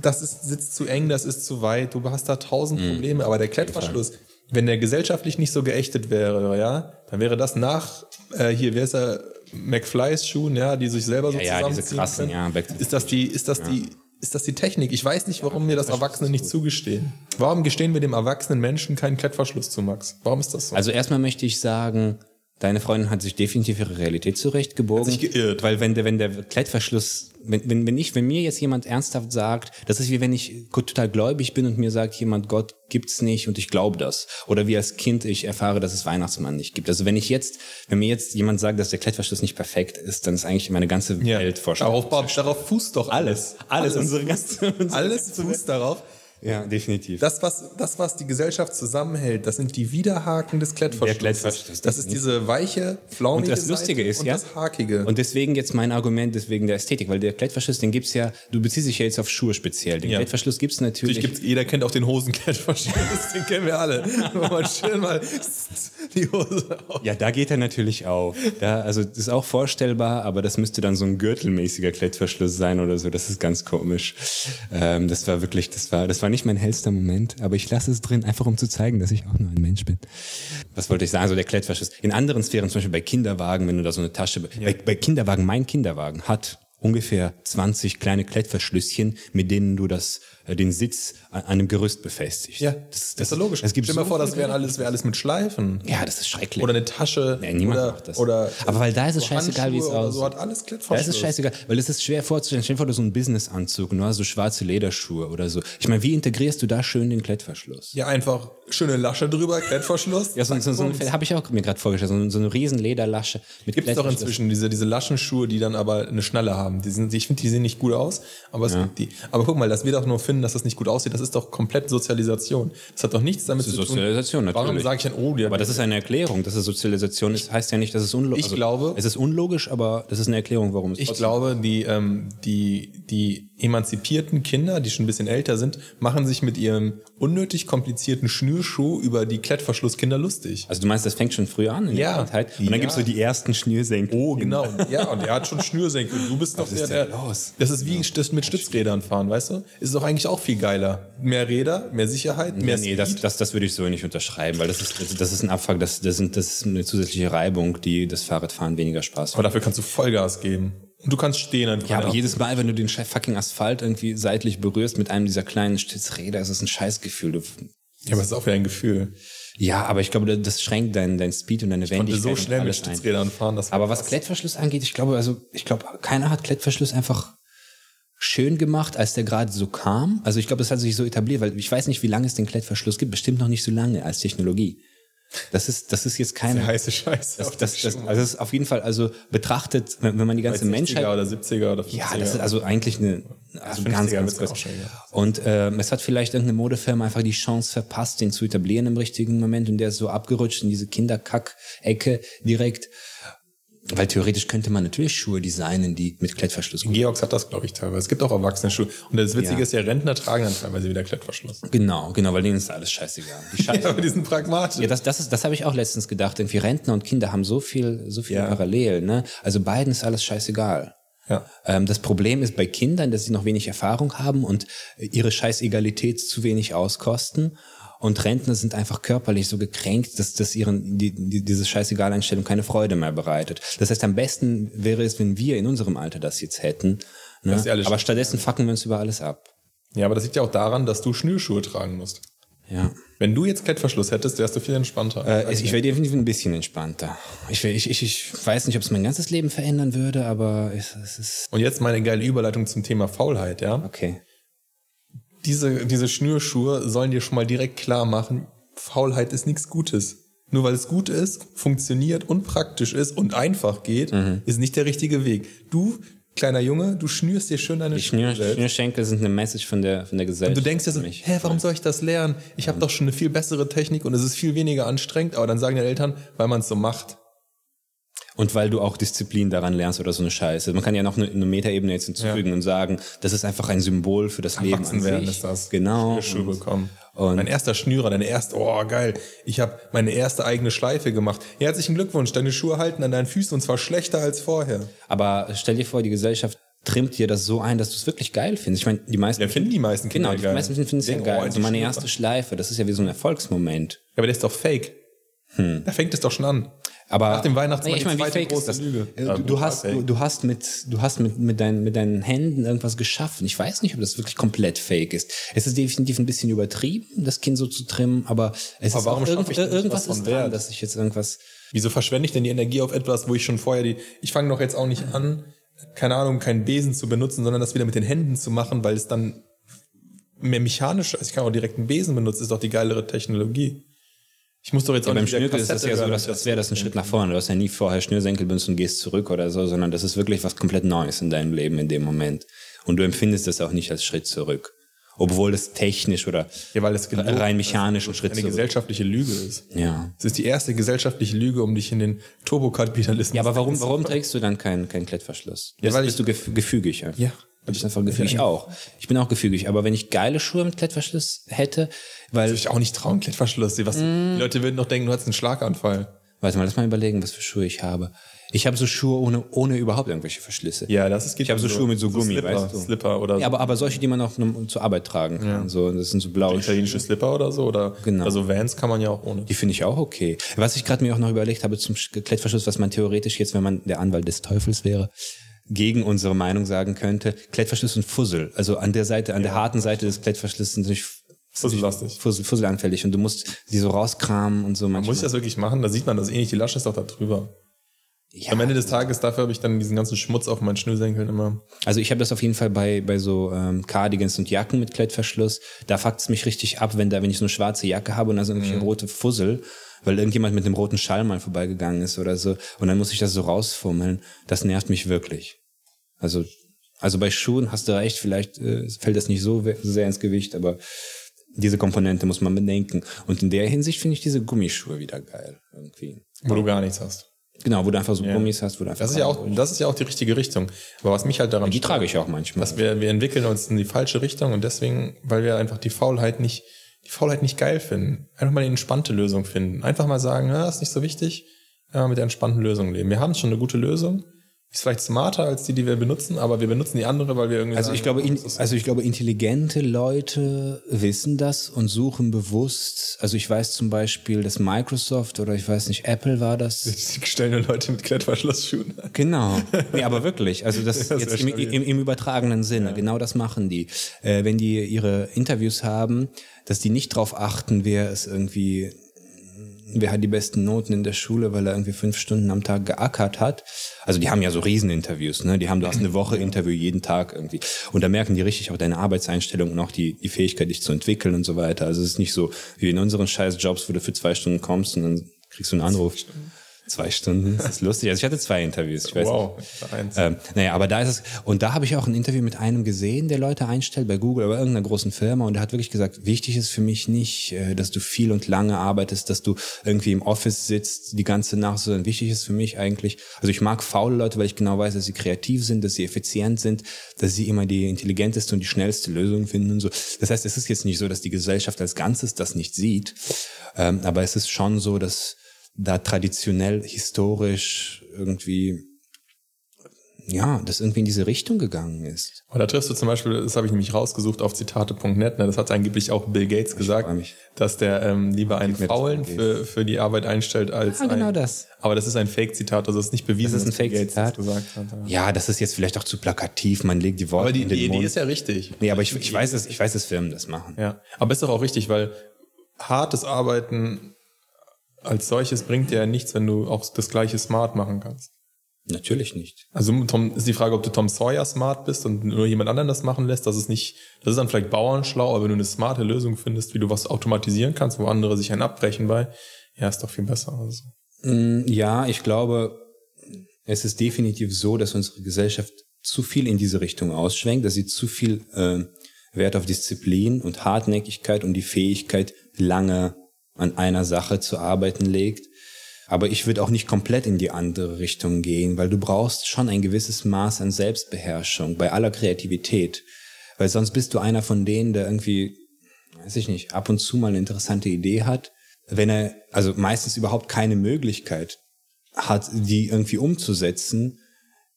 das ist, sitzt zu eng, das ist zu weit. Du hast da tausend
Mhm.
Probleme, aber der Klettverschluss, wenn der gesellschaftlich nicht so geächtet wäre, ja, dann wäre das nach, äh, hier, wer ist er, McFly's Schuhen, ja, die sich selber so
Ja, ja, diese
zusammenziehen
krassen,
können.
ja, Back to the
Ist das die, ist das die, ist das die Technik? Ich weiß nicht, warum wir das Erwachsene nicht zugestehen. Warum gestehen wir dem erwachsenen Menschen keinen Klettverschluss zu, Max? Warum ist das so?
Also erstmal möchte ich sagen, deine Freundin hat sich definitiv ihre Realität zurechtgebogen.
Hat sich geirrt.
Weil wenn der, wenn der Klettverschluss, wenn, wenn, wenn ich, wenn mir jetzt jemand ernsthaft sagt, das ist wie wenn ich total gläubig bin und mir sagt jemand, Gott gibt's nicht und ich glaube das. Oder wie als Kind ich erfahre, dass es Weihnachtsmann nicht gibt. Also wenn ich jetzt, wenn mir jetzt jemand sagt, dass der Klettverschluss nicht perfekt ist, dann ist eigentlich meine ganze Welt vorstellbar.
Darauf, darauf fußt doch alles.
Alles, unsere ganze, unsere
Alles fußt darauf.
Ja, definitiv.
Das was, das, was die Gesellschaft zusammenhält, das sind die Widerhaken des Klettverschlusses.
Klettverschluss,
das ist diese weiche, flaumige
Und das Lustige
Seite
ist,
und
ja.
das Hakige.
Und deswegen jetzt mein Argument, deswegen der Ästhetik, weil der Klettverschluss, den gibt's ja, du beziehst dich ja jetzt auf Schuhe speziell. Den
Ja.
Klettverschluss gibt's natürlich.
Natürlich gibt's, jeder kennt auch den Hosenklettverschluss, den kennen wir alle. Wenn man schön mal die Hose auf.
ja, da geht er natürlich auf. Da, also das ist auch vorstellbar, aber das müsste dann so ein gürtelmäßiger Klettverschluss sein oder so. Das ist ganz komisch. Ähm, das war wirklich, das war, das war nicht mein hellster Moment, aber ich lasse es drin, einfach um zu zeigen, dass ich auch nur ein Mensch bin. Was wollte ich sagen? So der Klettverschluss. In anderen Sphären, zum Beispiel bei Kinderwagen, wenn du da so eine Tasche, bei, bei Kinderwagen, mein Kinderwagen hat ungefähr 20 kleine Klettverschlüsschen, mit denen du das, äh, den Sitz an einem Gerüst befestigst.
das, ist ja logisch.
Es gibt
Stell
so
dir mal vor, das
viele-
wäre alles, wär alles mit Schleifen.
ja, das ist schrecklich.
Oder eine Tasche.
Nee, niemand
oder,
macht das.
Oder
aber weil da ist es
so
scheißegal, wie es
Handschuhe oder
aussieht.
So hat alles
da
Klettverschluss.
ist es scheißegal, weil es ist schwer vorzustellen. Stell dir vor, du hast so einen Businessanzug und du hast so schwarze Lederschuhe oder so. Ich meine, wie integrierst du da schön den Klettverschluss?
Ja, einfach schöne Lasche drüber, Klettverschluss.
Ja, so, so, so habe ich auch mir gerade vorgestellt, so, so eine riesen Lederlasche mit
Gibt es doch
Klettverschluss.
inzwischen diese, diese Laschenschuhe, die dann aber eine Schnalle haben. Die sind, ich finde, die sehen nicht gut aus, aber es gibt die. Aber guck mal, dass wir doch nur finden, dass das nicht gut aussieht, das ist doch komplett Sozialisation. Das hat doch nichts damit
Das
zu
ist
tun.
Sozialisation natürlich.
Warum sage ich dann, oh, die
Aber das ist eine Erklärung, dass es Sozialisation ist. Heißt ja nicht, dass es unlogisch
Ich glaube-
Es ist unlogisch, aber das ist eine Erklärung, warum es
Ich glaube, die, ähm, die, die emanzipierten Kinder, die schon ein bisschen älter sind, machen sich mit ihrem unnötig komplizierten Schnürschuh über die Klettverschlusskinder lustig.
Also du meinst, das fängt schon früh an in
Ja.
der Kindheit. Und dann
Ja.
gibt's so die ersten Schnürsenkel.
Oh, genau. ja, und er hat schon Schnürsenkel. Du bist doch
ist
der,
denn los?
Das ist wie Stütz- mit Stützrädern fahren, weißt du? Ist doch eigentlich auch viel geiler. Mehr Räder, mehr Sicherheit, mehr
Ja, nee,
Speed.
das, das, das würde ich so nicht unterschreiben, weil das ist, das- das ist ein Abfuck, das, das, sind, das ist eine zusätzliche Reibung, die das Fahrradfahren weniger Spaß
Aber
macht.
dafür kannst du Vollgas geben. Und du kannst stehen einfach.
Ja, aber jedes Mal, wenn du den schei- fucking Asphalt irgendwie seitlich berührst mit einem dieser kleinen Stützräder, ist es ein Scheißgefühl. Du,
Ja, aber es ist auch wieder ein Gefühl.
ja, aber ich glaube, das schränkt dein, dein Speed und deine
Und
Wendigkeit
so schnell
und
mit
alles ein.
Stützrädern fahren, das war
Aber was
krass.
Klettverschluss angeht, ich glaube, also ich glaube, keiner hat Klettverschluss einfach schön gemacht, als der gerade so kam. Also ich glaube, das hat sich so etabliert, weil ich weiß nicht, wie lange es den Klettverschluss gibt. Bestimmt noch nicht so lange als Technologie. Das ist, das ist jetzt keine
heiße Scheiße. auf
Das, das,
dem
das,
Schuh.
also das ist auf jeden Fall, also betrachtet, wenn, wenn man die ganze
60er
Menschheit.
oder 70er oder 50er.
Ja, das ist also eigentlich eine also
50er
ganz, ganz
wird's ja auch
kurz.
schon, ja.
Und ähm, es hat vielleicht irgendeine Modefirma einfach die Chance verpasst, den zu etablieren im richtigen Moment und der ist so abgerutscht in diese Kinderkack-Ecke direkt. Weil theoretisch könnte man natürlich Schuhe designen, die mit Klettverschluss gut
Georgs hat das, glaube ich, teilweise. Es gibt auch Erwachsenenschuhe. Und das Witzige
Ja.
ist ja, Rentner tragen dann teilweise wieder Klettverschluss.
Genau, genau, weil denen ist alles scheißegal. Die Scheiße.
Ja, aber die sind pragmatisch.
Ja, das, das, ist- das habe ich auch letztens gedacht. Irgendwie Rentner und Kinder haben so viel, so viel
Ja.
parallel. Ne? Also beiden ist alles scheißegal.
Ja.
Ähm, das Problem ist bei Kindern, dass sie noch wenig Erfahrung haben und äh, ihre Scheißegalität zu wenig auskosten. Und Rentner sind einfach körperlich so gekränkt, dass, dass ihren die, die, diese Scheißegal-Einstellung keine Freude mehr bereitet. Das heißt, am besten wäre es, wenn wir in unserem Alter das jetzt hätten. Ne?
Dass sie alle
Aber stattdessen fucken wir uns über alles ab.
ja, aber das liegt ja auch daran, dass du Schnürschuhe tragen musst.
Ja.
Wenn du jetzt Klettverschluss hättest, wärst du viel entspannter. Also,
Äh, ich werde definitiv ein bisschen entspannter. Ich, wär- ich, ich, ich weiß nicht, ob es mein ganzes Leben verändern würde, aber es, es ist
Und jetzt meine geile Überleitung zum Thema Faulheit, ja?
okay.
Diese, diese Schnürschuhe sollen dir schon mal direkt klar machen, Faulheit ist nichts Gutes. Nur weil es gut ist, funktioniert und praktisch ist und einfach geht,
Mhm.
ist nicht der richtige Weg. Du, kleiner Junge, du schnürst dir schön deine
Die Schnür,
selbst.
Schnürschenkel sind eine Message von der, von der Gesellschaft.
Du denkst dir so,
an mich. Mhm.
hä, warum soll ich das lernen? Ich habe doch schon eine viel bessere Technik und es ist viel weniger anstrengend, aber dann sagen die Eltern, weil man es so macht.
Und weil du auch Disziplin daran lernst oder so eine Scheiße. Man kann ja noch eine, eine Metaebene jetzt hinzufügen und sagen, das ist einfach ein Symbol für das Leben an
Erwachsen werden
sich.
ist das.
Genau.
Schuhe
Und
bekommen. mein erster Schnürer, deine erste, oh geil, ich habe meine erste eigene Schleife gemacht. Ja, herzlichen Glückwunsch, deine Schuhe halten an deinen Füßen und zwar schlechter als vorher.
Aber stell dir vor, die Gesellschaft trimmt dir das so ein, dass du es wirklich geil findest. Ich meine, die meisten
Ja, finden die meisten Kinder
genau, die
geil.
meisten finden es ja
Denken,
geil.
oh,
also
die
meine
Schnüre.
erste Schleife, das ist ja wie so ein Erfolgsmoment.
Ja, aber der ist doch fake.
Hm.
Da fängt es doch schon an.
Aber
Nach dem Weihnachtsmann
Nee, ich meine,
die
wie
zweite
fake
große
ist das?
Lüge.
Äh,
Ja,
Du, du
total
hast,
fake.
du, du hast mit, du hast mit, mit, deinen, mit deinen Händen irgendwas geschaffen. Ich weiß nicht, ob das wirklich komplett fake ist. Es ist definitiv ein bisschen übertrieben, das Kind so zu trimmen, aber es
Aber
ist
warum
auch irgend,
schaffe ich denn nicht
irgendwas
was von
ist dran,
Wert?
dass ich jetzt irgendwas.
Wieso verschwende ich denn die Energie auf etwas, wo ich schon vorher die. Ich fange doch jetzt auch nicht an, keine Ahnung, keinen Besen zu benutzen, sondern das wieder mit den Händen zu machen, weil es dann mehr mechanisch ist. Ich kann auch direkt einen Besen benutzen, ist doch die geilere Technologie. Ich muss doch jetzt auch
Beim
nicht mit der
Schnürkel ist das ja
Kassette
so,
hören.
dass, als wäre das ein Schritt nach vorne. Du hast ja nie vorher Schnürsenkel benutzt und gehst zurück oder so, sondern das ist wirklich was komplett Neues in deinem Leben in dem Moment. Und du empfindest das auch nicht als Schritt zurück. Obwohl das technisch oder
Ja, weil es gelogen
rein
ist.
mechanisch ein Schritt
also, eine
zurück.
gesellschaftliche Lüge ist.
Ja.
Es ist die erste gesellschaftliche Lüge, um dich in den Turbokapitalismus.
Ja, aber warum, warum trägst du dann keinen keinen Klettverschluss? Ja,
weil
bist du gef gefügig. Ja.
Ja.
Du bist einfach gefügig. Ich auch. Ich bin auch gefügig. Aber wenn ich geile Schuhe mit Klettverschluss hätte, weil. Mm.
Würde ich auch nicht trauen, Klettverschluss. Was, Die Leute würden doch denken, du hattest einen Schlaganfall.
Warte mal, lass mal überlegen, was für Schuhe ich habe. Ich habe so Schuhe ohne, ohne überhaupt irgendwelche Verschlüsse.
Ja, das ist
Ich habe so Schuhe mit so Gummi,
Slipper,
weißt du.
Slipper oder
Ja, aber, aber solche, die man auch nur zur Arbeit tragen kann. So, das sind so blaue Schuhe.
italienische Slipper oder so. Oder
Genau.
Also Vans kann man ja auch ohne.
Die finde ich auch okay. Was ich gerade mir auch noch überlegt habe zum Sch- Klettverschluss, was man theoretisch jetzt, wenn man der Anwalt des Teufels wäre, gegen unsere Meinung sagen könnte, Klettverschluss und Fussel. Also an der Seite, an der harten Seite des Klettverschlusses sind natürlich
Fussellastig.
Fussel, fusselanfällig und du musst die so rauskramen und so manchmal.
Muss ich das wirklich machen? Da sieht man das eh nicht. Die Lasche ist doch da drüber.
ja,
Am Ende des Tages, dafür habe ich dann diesen ganzen Schmutz auf meinen Schnürsenkeln immer.
also ich habe das auf jeden Fall bei, bei so ähm, Cardigans und Jacken mit Klettverschluss. Da fuckt es mich richtig ab, wenn da, wenn ich so eine schwarze Jacke habe und da so irgendwelche
Mhm.
rote Fussel, weil irgendjemand mit einem roten Schall mal vorbeigegangen ist oder so. Und dann muss ich das so rausfummeln. Das nervt mich wirklich. Also, also bei Schuhen hast du recht, vielleicht äh, fällt das nicht so we- sehr ins Gewicht, aber diese Komponente muss man bedenken. Und in der Hinsicht finde ich diese Gummischuhe wieder geil. Irgendwie.
Wo du gar nichts hast.
Genau, wo du einfach so Gummis hast, wo du einfach.
Das ist ja auch, das ist ja auch die richtige Richtung. Aber was mich halt daran
Genau. Die trage ich auch manchmal.
dass wir, wir entwickeln uns in die falsche Richtung und deswegen, weil wir einfach die Faulheit nicht, die Faulheit nicht geil finden. Einfach mal eine entspannte Lösung finden. Einfach mal sagen, na, ist nicht so wichtig, ja, mit der entspannten Lösung leben. Wir haben schon eine gute Lösung. Ist vielleicht smarter als die, die wir benutzen, aber wir benutzen die andere, weil wir irgendwie.
Also ich
sagen,
glaube, in, also ich glaube, intelligente Leute wissen das und suchen bewusst. Also ich weiß zum Beispiel, dass Microsoft oder ich weiß nicht, Apple war das.
die stellen Leute mit Klettverschlussschuhen an.
Genau. Nee, aber wirklich. Also das,
Das
jetzt
wär
im,
stabil.
im, im übertragenen Sinne. Genau das machen die. Äh, wenn die ihre Interviews haben, dass die nicht drauf achten, wer es irgendwie wer hat die besten Noten in der Schule, weil er irgendwie fünf Stunden am Tag geackert hat. Also die haben ja so Rieseninterviews, ne? Die haben, du hast eine Woche Interview jeden Tag irgendwie. Und da merken die richtig auch deine Arbeitseinstellung und auch die, die Fähigkeit, dich zu entwickeln und so weiter. Also es ist nicht so wie in unseren scheiß Jobs, wo du für zwei Stunden kommst und dann kriegst du einen Anruf. Zwei Stunden, das ist lustig. Also ich hatte zwei Interviews, ich weiß nicht.
Wow, eins.
Ähm, naja, aber da ist es, und da habe ich auch ein Interview mit einem gesehen, der Leute einstellt bei Google oder irgendeiner großen Firma und der hat wirklich gesagt, wichtig ist für mich nicht, äh, dass du viel und lange arbeitest, dass du irgendwie im Office sitzt die ganze Nacht, sondern wichtig ist für mich eigentlich, also ich mag faule Leute, weil ich genau weiß, dass sie kreativ sind, dass sie effizient sind, dass sie immer die intelligenteste und die schnellste Lösung finden und so. Das heißt, es ist jetzt nicht so, dass die Gesellschaft als Ganzes das nicht sieht, ähm, aber es ist schon so, dass da traditionell, historisch irgendwie ja, das irgendwie in diese Richtung gegangen ist.
Und da triffst du zum Beispiel, das habe ich nämlich rausgesucht auf zitate.net, ne, das hat angeblich auch Bill Gates gesagt,
freu mich.
dass der ähm, lieber einen
mir das
Faulen
Bill
für, für die Arbeit einstellt als
Ah, genau
ein,
das.
Aber das ist ein Fake-Zitat, also es ist nicht bewiesen,
Das ist ein
dass Bill Gates das
Fake-Zitat.
gesagt hat. ja.
Ja, das ist jetzt vielleicht auch zu plakativ, man legt die Worte
Aber die,
in den
die Idee
Mund.
ist ja richtig.
nee, aber ich, ich weiß, dass, ich weiß, dass Firmen das machen.
Ja, aber ist doch auch richtig, weil hartes Arbeiten als solches bringt dir ja nichts, wenn du auch das gleiche smart machen kannst.
Natürlich nicht.
Also Tom, ist die Frage, ob du Tom Sawyer smart bist und nur jemand anderen das machen lässt. Das ist nicht, das ist dann vielleicht bauernschlau, aber wenn du eine smarte Lösung findest, wie du was automatisieren kannst, wo andere sich einen abbrechen bei, ja, ist doch viel besser. Also.
Mm, Ja, ich glaube, es ist definitiv so, dass unsere Gesellschaft zu viel in diese Richtung ausschwenkt, dass sie zu viel äh, Wert auf Disziplin und Hartnäckigkeit und die Fähigkeit, lange an einer Sache zu arbeiten legt. Aber ich würde auch nicht komplett in die andere Richtung gehen, weil du brauchst schon ein gewisses Maß an Selbstbeherrschung bei aller Kreativität. Weil sonst bist du einer von denen, der irgendwie, weiß ich nicht, ab und zu mal eine interessante Idee hat, wenn er also meistens überhaupt keine Möglichkeit hat, die irgendwie umzusetzen,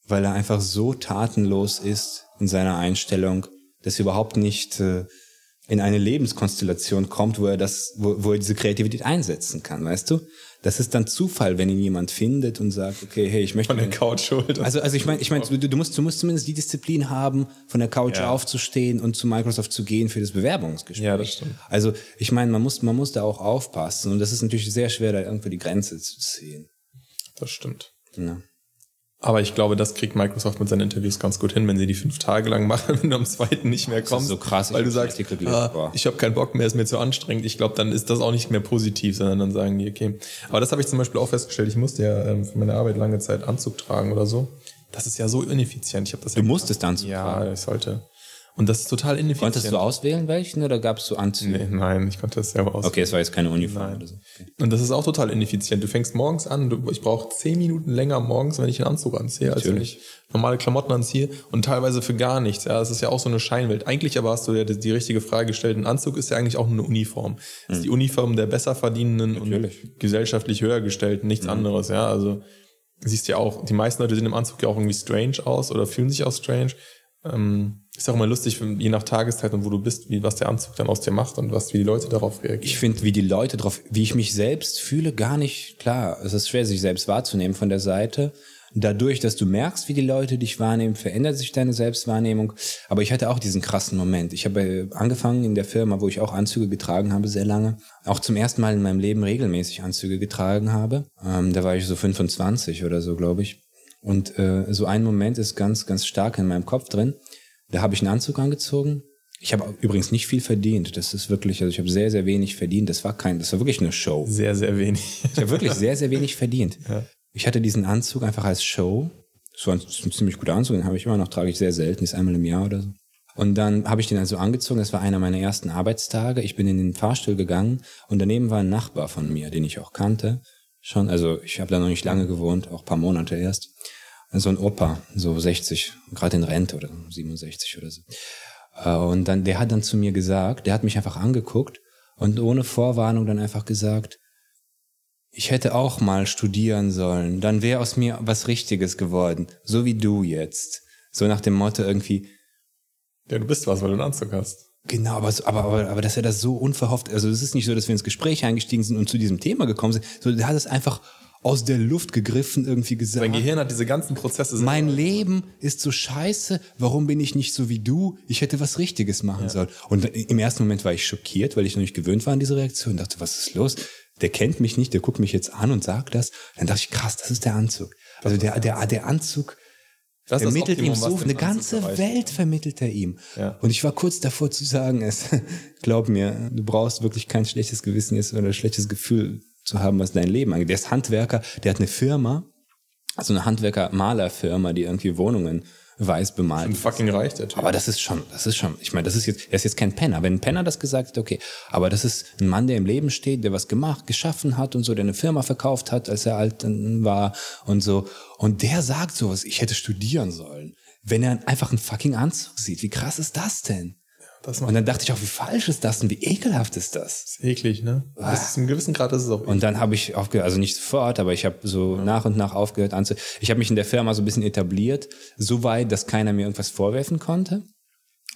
weil er einfach so tatenlos ist in seiner Einstellung, dass er überhaupt nicht äh, in eine Lebenskonstellation kommt, wo er das, wo, wo er diese Kreativität einsetzen kann, weißt du? Das ist dann Zufall, wenn ihn jemand findet und sagt, okay, hey, ich möchte
Von der Couch schuld.
also, also ich meine, ich mein, du, du, musst, du musst zumindest die Disziplin haben, von der Couch
Ja.
aufzustehen und zu Microsoft zu gehen für das Bewerbungsgespräch.
Ja, das stimmt.
Also ich meine, man muss, man muss da auch aufpassen und das ist natürlich sehr schwer, da irgendwo die Grenze zu ziehen. ne?
das stimmt.
Ja.
Aber ich glaube, das kriegt Microsoft mit seinen Interviews ganz gut hin, wenn sie die fünf Tage lang machen, wenn du am zweiten nicht mehr kommst.
so krass,
weil
ich
du
hab
sagst,
richtig gelesen,
ah,
boah.
ich habe keinen Bock mehr, ist mir zu anstrengend. Ich glaube, dann ist das auch nicht mehr positiv, sondern dann sagen die, okay. Aber das habe ich zum Beispiel auch festgestellt. Ich musste ja ähm, für meine Arbeit lange Zeit Anzug tragen oder so. Das ist ja so ineffizient. Ich habe das
Du musstest dann zu
ja, ich sollte. Und das ist total ineffizient.
Konntest du auswählen welchen oder gab es so Anzüge?
Nee, nein, ich konnte das selber aus.
Okay, es war jetzt keine Uniform
Nein.
oder so.
Und das ist auch total ineffizient. Du fängst morgens an, du, ich brauche zehn Minuten länger morgens, wenn ich einen Anzug anziehe, als wenn
Natürlich.
ich normale Klamotten anziehe und teilweise für gar nichts. Ja, das ist ja auch so eine Scheinwelt. Eigentlich aber hast du ja die, die richtige Frage gestellt. Ein Anzug ist ja eigentlich auch nur eine Uniform. Ist die Uniform der Besserverdienenden
Mhm. Natürlich. Mhm.
und gesellschaftlich höhergestellten, nichts anderes. Ja, also siehst ja auch, die meisten Leute sehen im Anzug ja auch irgendwie strange aus oder fühlen sich auch strange. Ähm, ist auch immer lustig, je nach Tageszeit und wo du bist, wie, was der Anzug dann aus dir macht und was, wie die Leute darauf reagieren.
Äh, Ich finde, wie die Leute drauf, wie ich mich selbst fühle, gar nicht klar. Es ist schwer, sich selbst wahrzunehmen von der Seite. Dadurch, dass du merkst, wie die Leute dich wahrnehmen, verändert sich deine Selbstwahrnehmung. Aber ich hatte auch diesen krassen Moment. Ich habe äh, angefangen in der Firma, wo ich auch Anzüge getragen habe, sehr lange. Auch zum ersten Mal in meinem Leben regelmäßig Anzüge getragen habe. Ähm, da war ich so 25 oder so, glaube ich. Und äh, so ein Moment ist ganz, ganz stark in meinem Kopf drin. Da habe ich einen Anzug angezogen. Ich habe übrigens nicht viel verdient. Das ist wirklich, also ich habe sehr, sehr wenig verdient. Das war kein, das war wirklich eine Show.
Sehr, sehr wenig.
Ich habe wirklich sehr, sehr wenig verdient. Ich hatte diesen Anzug einfach als Show. So ein, ist ein ziemlich guter Anzug, den habe ich immer noch, trage ich sehr selten, ist einmal im Jahr oder so. Und dann habe ich den also angezogen, das war einer meiner ersten Arbeitstage. Ich bin in den Fahrstuhl gegangen und daneben war ein Nachbar von mir, den ich auch kannte. Schon, also ich habe da noch nicht lange gewohnt, auch ein paar Monate erst. So ein Opa, so 60, gerade in Rente oder 67 oder so. Äh, Und dann, der hat dann zu mir gesagt, der hat mich einfach angeguckt und ohne Vorwarnung dann einfach gesagt, ich hätte auch mal studieren sollen, dann wäre aus mir was Richtiges geworden, so wie du jetzt. So nach dem Motto irgendwie,
Ja, du bist was, weil du einen Anzug hast.
genau, aber, so- aber, aber, aber dass er das so unverhofft, also es ist nicht so, dass wir ins Gespräch eingestiegen sind und zu diesem Thema gekommen sind, sondern er hat es einfach aus der Luft gegriffen irgendwie gesagt.
Dein Gehirn hat diese ganzen Prozesse.
Mein Leben ist so scheiße, warum bin ich nicht so wie du? Ich hätte was Richtiges machen sollen. Und im ersten Moment war ich schockiert, weil ich noch nicht gewöhnt war an diese Reaktion. Dachte, was ist los? Der kennt mich nicht, der guckt mich jetzt an und sagt das. Dann dachte ich, krass, das ist der Anzug. Also der, der, der Anzug
das ist das
vermittelt ihm
Optimum, was
so,
den
eine
Anzug
ganze
erreicht.
Welt vermittelt er ihm.
Ja.
Und ich war kurz davor zu sagen, es, glaub mir, du brauchst wirklich kein schlechtes Gewissen jetzt oder schlechtes Gefühl zu haben, was dein Leben angeht. Der ist Handwerker, der hat eine Firma, also eine Handwerker-Malerfirma, die irgendwie Wohnungen weiß bemalt.
Und fucking reicht der Typ.
Aber das ist schon, das ist schon, ich meine, das ist jetzt, er ist jetzt kein Penner. Wenn ein Penner das gesagt hat, okay. Aber das ist ein Mann, der im Leben steht, der was gemacht, geschaffen hat und so, der eine Firma verkauft hat, als er alt äh, war und so. Und der sagt sowas, ich hätte studieren sollen. Wenn er einfach einen fucking Anzug sieht, wie krass ist das denn?
das
Und
macht
dann dachte ich auch, wie falsch ist das und wie ekelhaft ist das?
das eklig, ne? Das ist, Im gewissen Grad ist es auch eklig.
Und dann habe ich aufgehört, also nicht sofort, aber ich habe so nach und nach aufgehört anzu. Ich habe mich in der Firma so ein bisschen etabliert, so weit, dass keiner mir irgendwas vorwerfen konnte.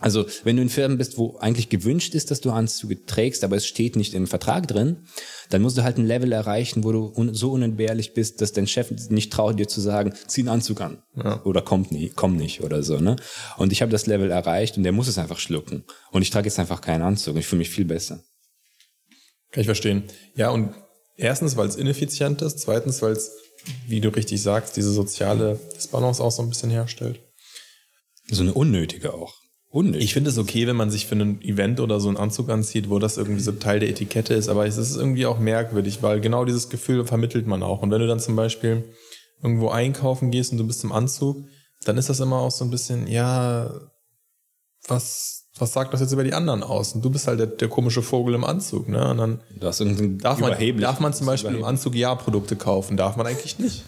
Also, wenn du in Firmen bist, wo eigentlich gewünscht ist, dass du Anzüge trägst, aber es steht nicht im Vertrag drin, dann musst du halt ein Level erreichen, wo du un so unentbehrlich bist, dass dein Chef nicht traut, dir zu sagen, zieh einen Anzug an. Oder kommt nie, komm nicht oder so, ne? Und ich habe das Level erreicht und der muss es einfach schlucken. Und ich trage jetzt einfach keinen Anzug und ich fühle mich viel besser.
Kann ich verstehen. Ja, und erstens, weil es ineffizient ist. Zweitens, weil es, wie du richtig sagst, diese soziale Disbalance auch so ein bisschen herstellt.
So eine unnötige auch. Unnötig.
Ich finde es okay, wenn man sich für ein Event oder so einen Anzug anzieht, wo das irgendwie so Teil der Etikette ist, aber es ist irgendwie auch merkwürdig, weil genau dieses Gefühl vermittelt man auch. Und wenn du dann zum Beispiel irgendwo einkaufen gehst und du bist im Anzug, dann ist das immer auch so ein bisschen, ja, was, was sagt das jetzt über die anderen aus? Und du bist halt der, der komische Vogel im Anzug, ne? Und dann
Du hast irgendeinen
darf man,
überheblich-
darf man zum Beispiel im Anzug Ja-Produkte kaufen, darf man eigentlich nicht.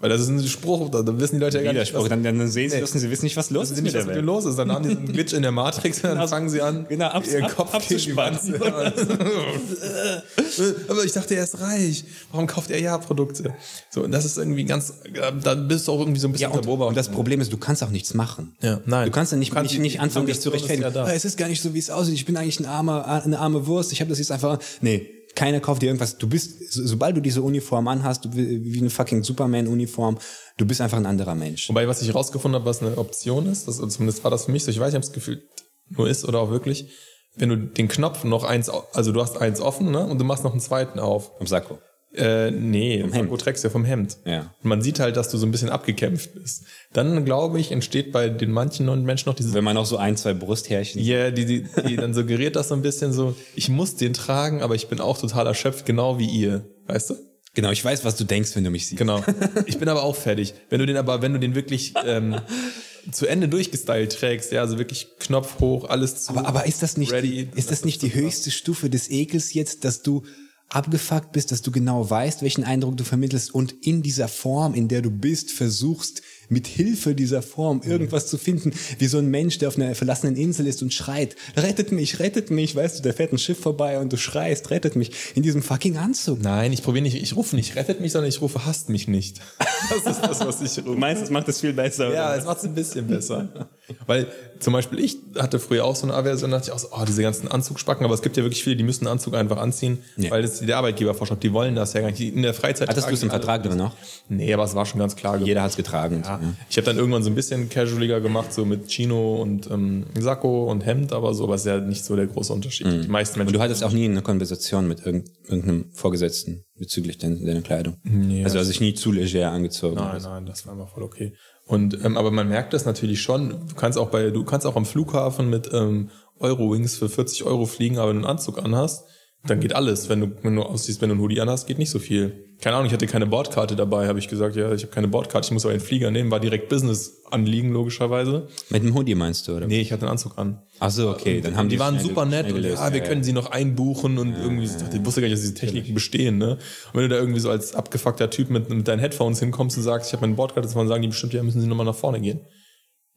Weil das ist ein Spruch, da da wissen die Leute ja gar nicht,
Widerspruch.
was,
Dann, dann sehen sie, wissen, sie wissen nicht, was los
wissen
ist
sie also
mit
nicht,
der Welt.
was mit dir los ist. Dann haben die so einen Glitch in der Matrix und dann fangen sie an,
Genau, ab-
ihren
ab-
Kopf gegen die Wand zu Aber ich dachte, er ist reich. Warum kauft er Ja-Produkte? So, und das ist irgendwie ganz, äh, dann bist du auch irgendwie so ein bisschen
Und,
unter
und das Problem ist, du kannst auch nichts machen.
Ja, nein.
Du kannst dann nicht,
Du kannst
nicht,
die-
nicht anfangen,
die
dich zu
Situation ist
rechtfertigen.
ja da.
Ah, es ist gar nicht so, wie es aussieht. Ich bin eigentlich ein armer, eine arme Wurst. Ich habe das jetzt einfach. Nee, keiner kauft dir irgendwas. Du bist, so, sobald du diese Uniform anhast, du, wie wie eine fucking Superman-Uniform, du bist einfach ein anderer Mensch.
Wobei, was ich rausgefunden habe, was eine Option ist, das, also zumindest war das für mich so, ich weiß, ich habe das Gefühl, nur ist oder auch wirklich, wenn du den Knopf noch eins, au- also du hast eins offen, ne, und du machst noch einen zweiten auf.
Vom Sakko.
Äh, nee, vom
Hemd.
Sakko trägst du ja vom Hemd.
Ja.
Und man sieht halt, dass du so ein bisschen abgekämpft bist. Dann, glaube ich, entsteht bei den manchen neuen Menschen noch diese,
Wenn man auch so ein, zwei Brusthärchen.
ja, die, die, die dann suggeriert das so ein bisschen so, ich muss den tragen, aber ich bin auch total erschöpft, genau wie ihr. Weißt du?
Genau, ich weiß, was du denkst, wenn du mich siehst.
Genau. Ich bin aber auch fertig. Wenn du den aber, wenn du den wirklich ähm, zu Ende durchgestylt trägst, ja, also wirklich Knopf hoch, alles zu.
Aber, aber ist das nicht,
ready.
ist das nicht die
super.
höchste Stufe des Ekels jetzt, dass du abgefuckt bist, dass du genau weißt, welchen Eindruck du vermittelst und in dieser Form, in der du bist, versuchst, mit Hilfe dieser Form irgendwas zu finden, wie so ein Mensch, der auf einer verlassenen Insel ist und schreit, rettet mich, rettet mich, weißt du, da fährt ein Schiff vorbei und du schreist, rettet mich, in diesem fucking Anzug.
Nein, ich probiere nicht, ich rufe nicht, rettet mich, sondern ich rufe, hasst mich nicht. Das ist das, was ich rufe.
meinst, das macht es viel besser?
Ja, es macht's ein bisschen besser. Weil zum Beispiel ich hatte früher auch so eine Aversion, da dachte ich auch so, oh, diese ganzen Anzugspacken, aber es gibt ja wirklich viele, die müssen einen Anzug einfach anziehen,
Ja.
weil das der Arbeitgeber vorschreibt, die wollen das ja gar nicht. Die In der Freizeit.
Hattest du es im Vertrag drin noch?
Nee, aber es war schon ganz klar.
Jeder hat es getragen.
Ja. Ich habe dann irgendwann so ein bisschen casualiger gemacht, so mit Chino und ähm, Sakko und Hemd, aber so, aber es ist ja nicht so der große Unterschied. Die meisten Menschen.
Mhm. Und du hattest auch nie eine Konversation mit irgend- irgendeinem Vorgesetzten bezüglich dein- deiner Kleidung. Also, also ich nie zu leger angezogen.
Nein, nein, das war immer voll okay. Und ähm, aber man merkt das natürlich schon. Du kannst auch bei, du kannst auch am Flughafen mit ähm, Eurowings für 40 Euro fliegen, aber wenn du einen Anzug anhast, dann geht alles. Wenn du, wenn du aussiehst, wenn du einen Hoodie anhast, geht nicht so viel. Keine Ahnung, ich hatte keine Bordkarte dabei, habe ich gesagt, ja, ich habe keine Bordkarte, ich muss aber einen Flieger nehmen, war direkt Business-Anliegen logischerweise.
Mit dem Hoodie meinst du, oder?
Nee, ich hatte einen Anzug an.
Ach so, okay, dann haben
die,
die
waren
schnell-
super nett
schnell
und
gelöst,
ja, wir
ja,
können sie noch einbuchen und irgendwie, ich dachte, ich wusste gar nicht, dass diese Techniken bestehen, ne? Und wenn du da irgendwie so als abgefuckter Typ mit, mit deinen Headphones hinkommst und sagst, ich habe meine Bordkarte, dann sagen die bestimmt, ja, müssen sie nochmal nach vorne gehen.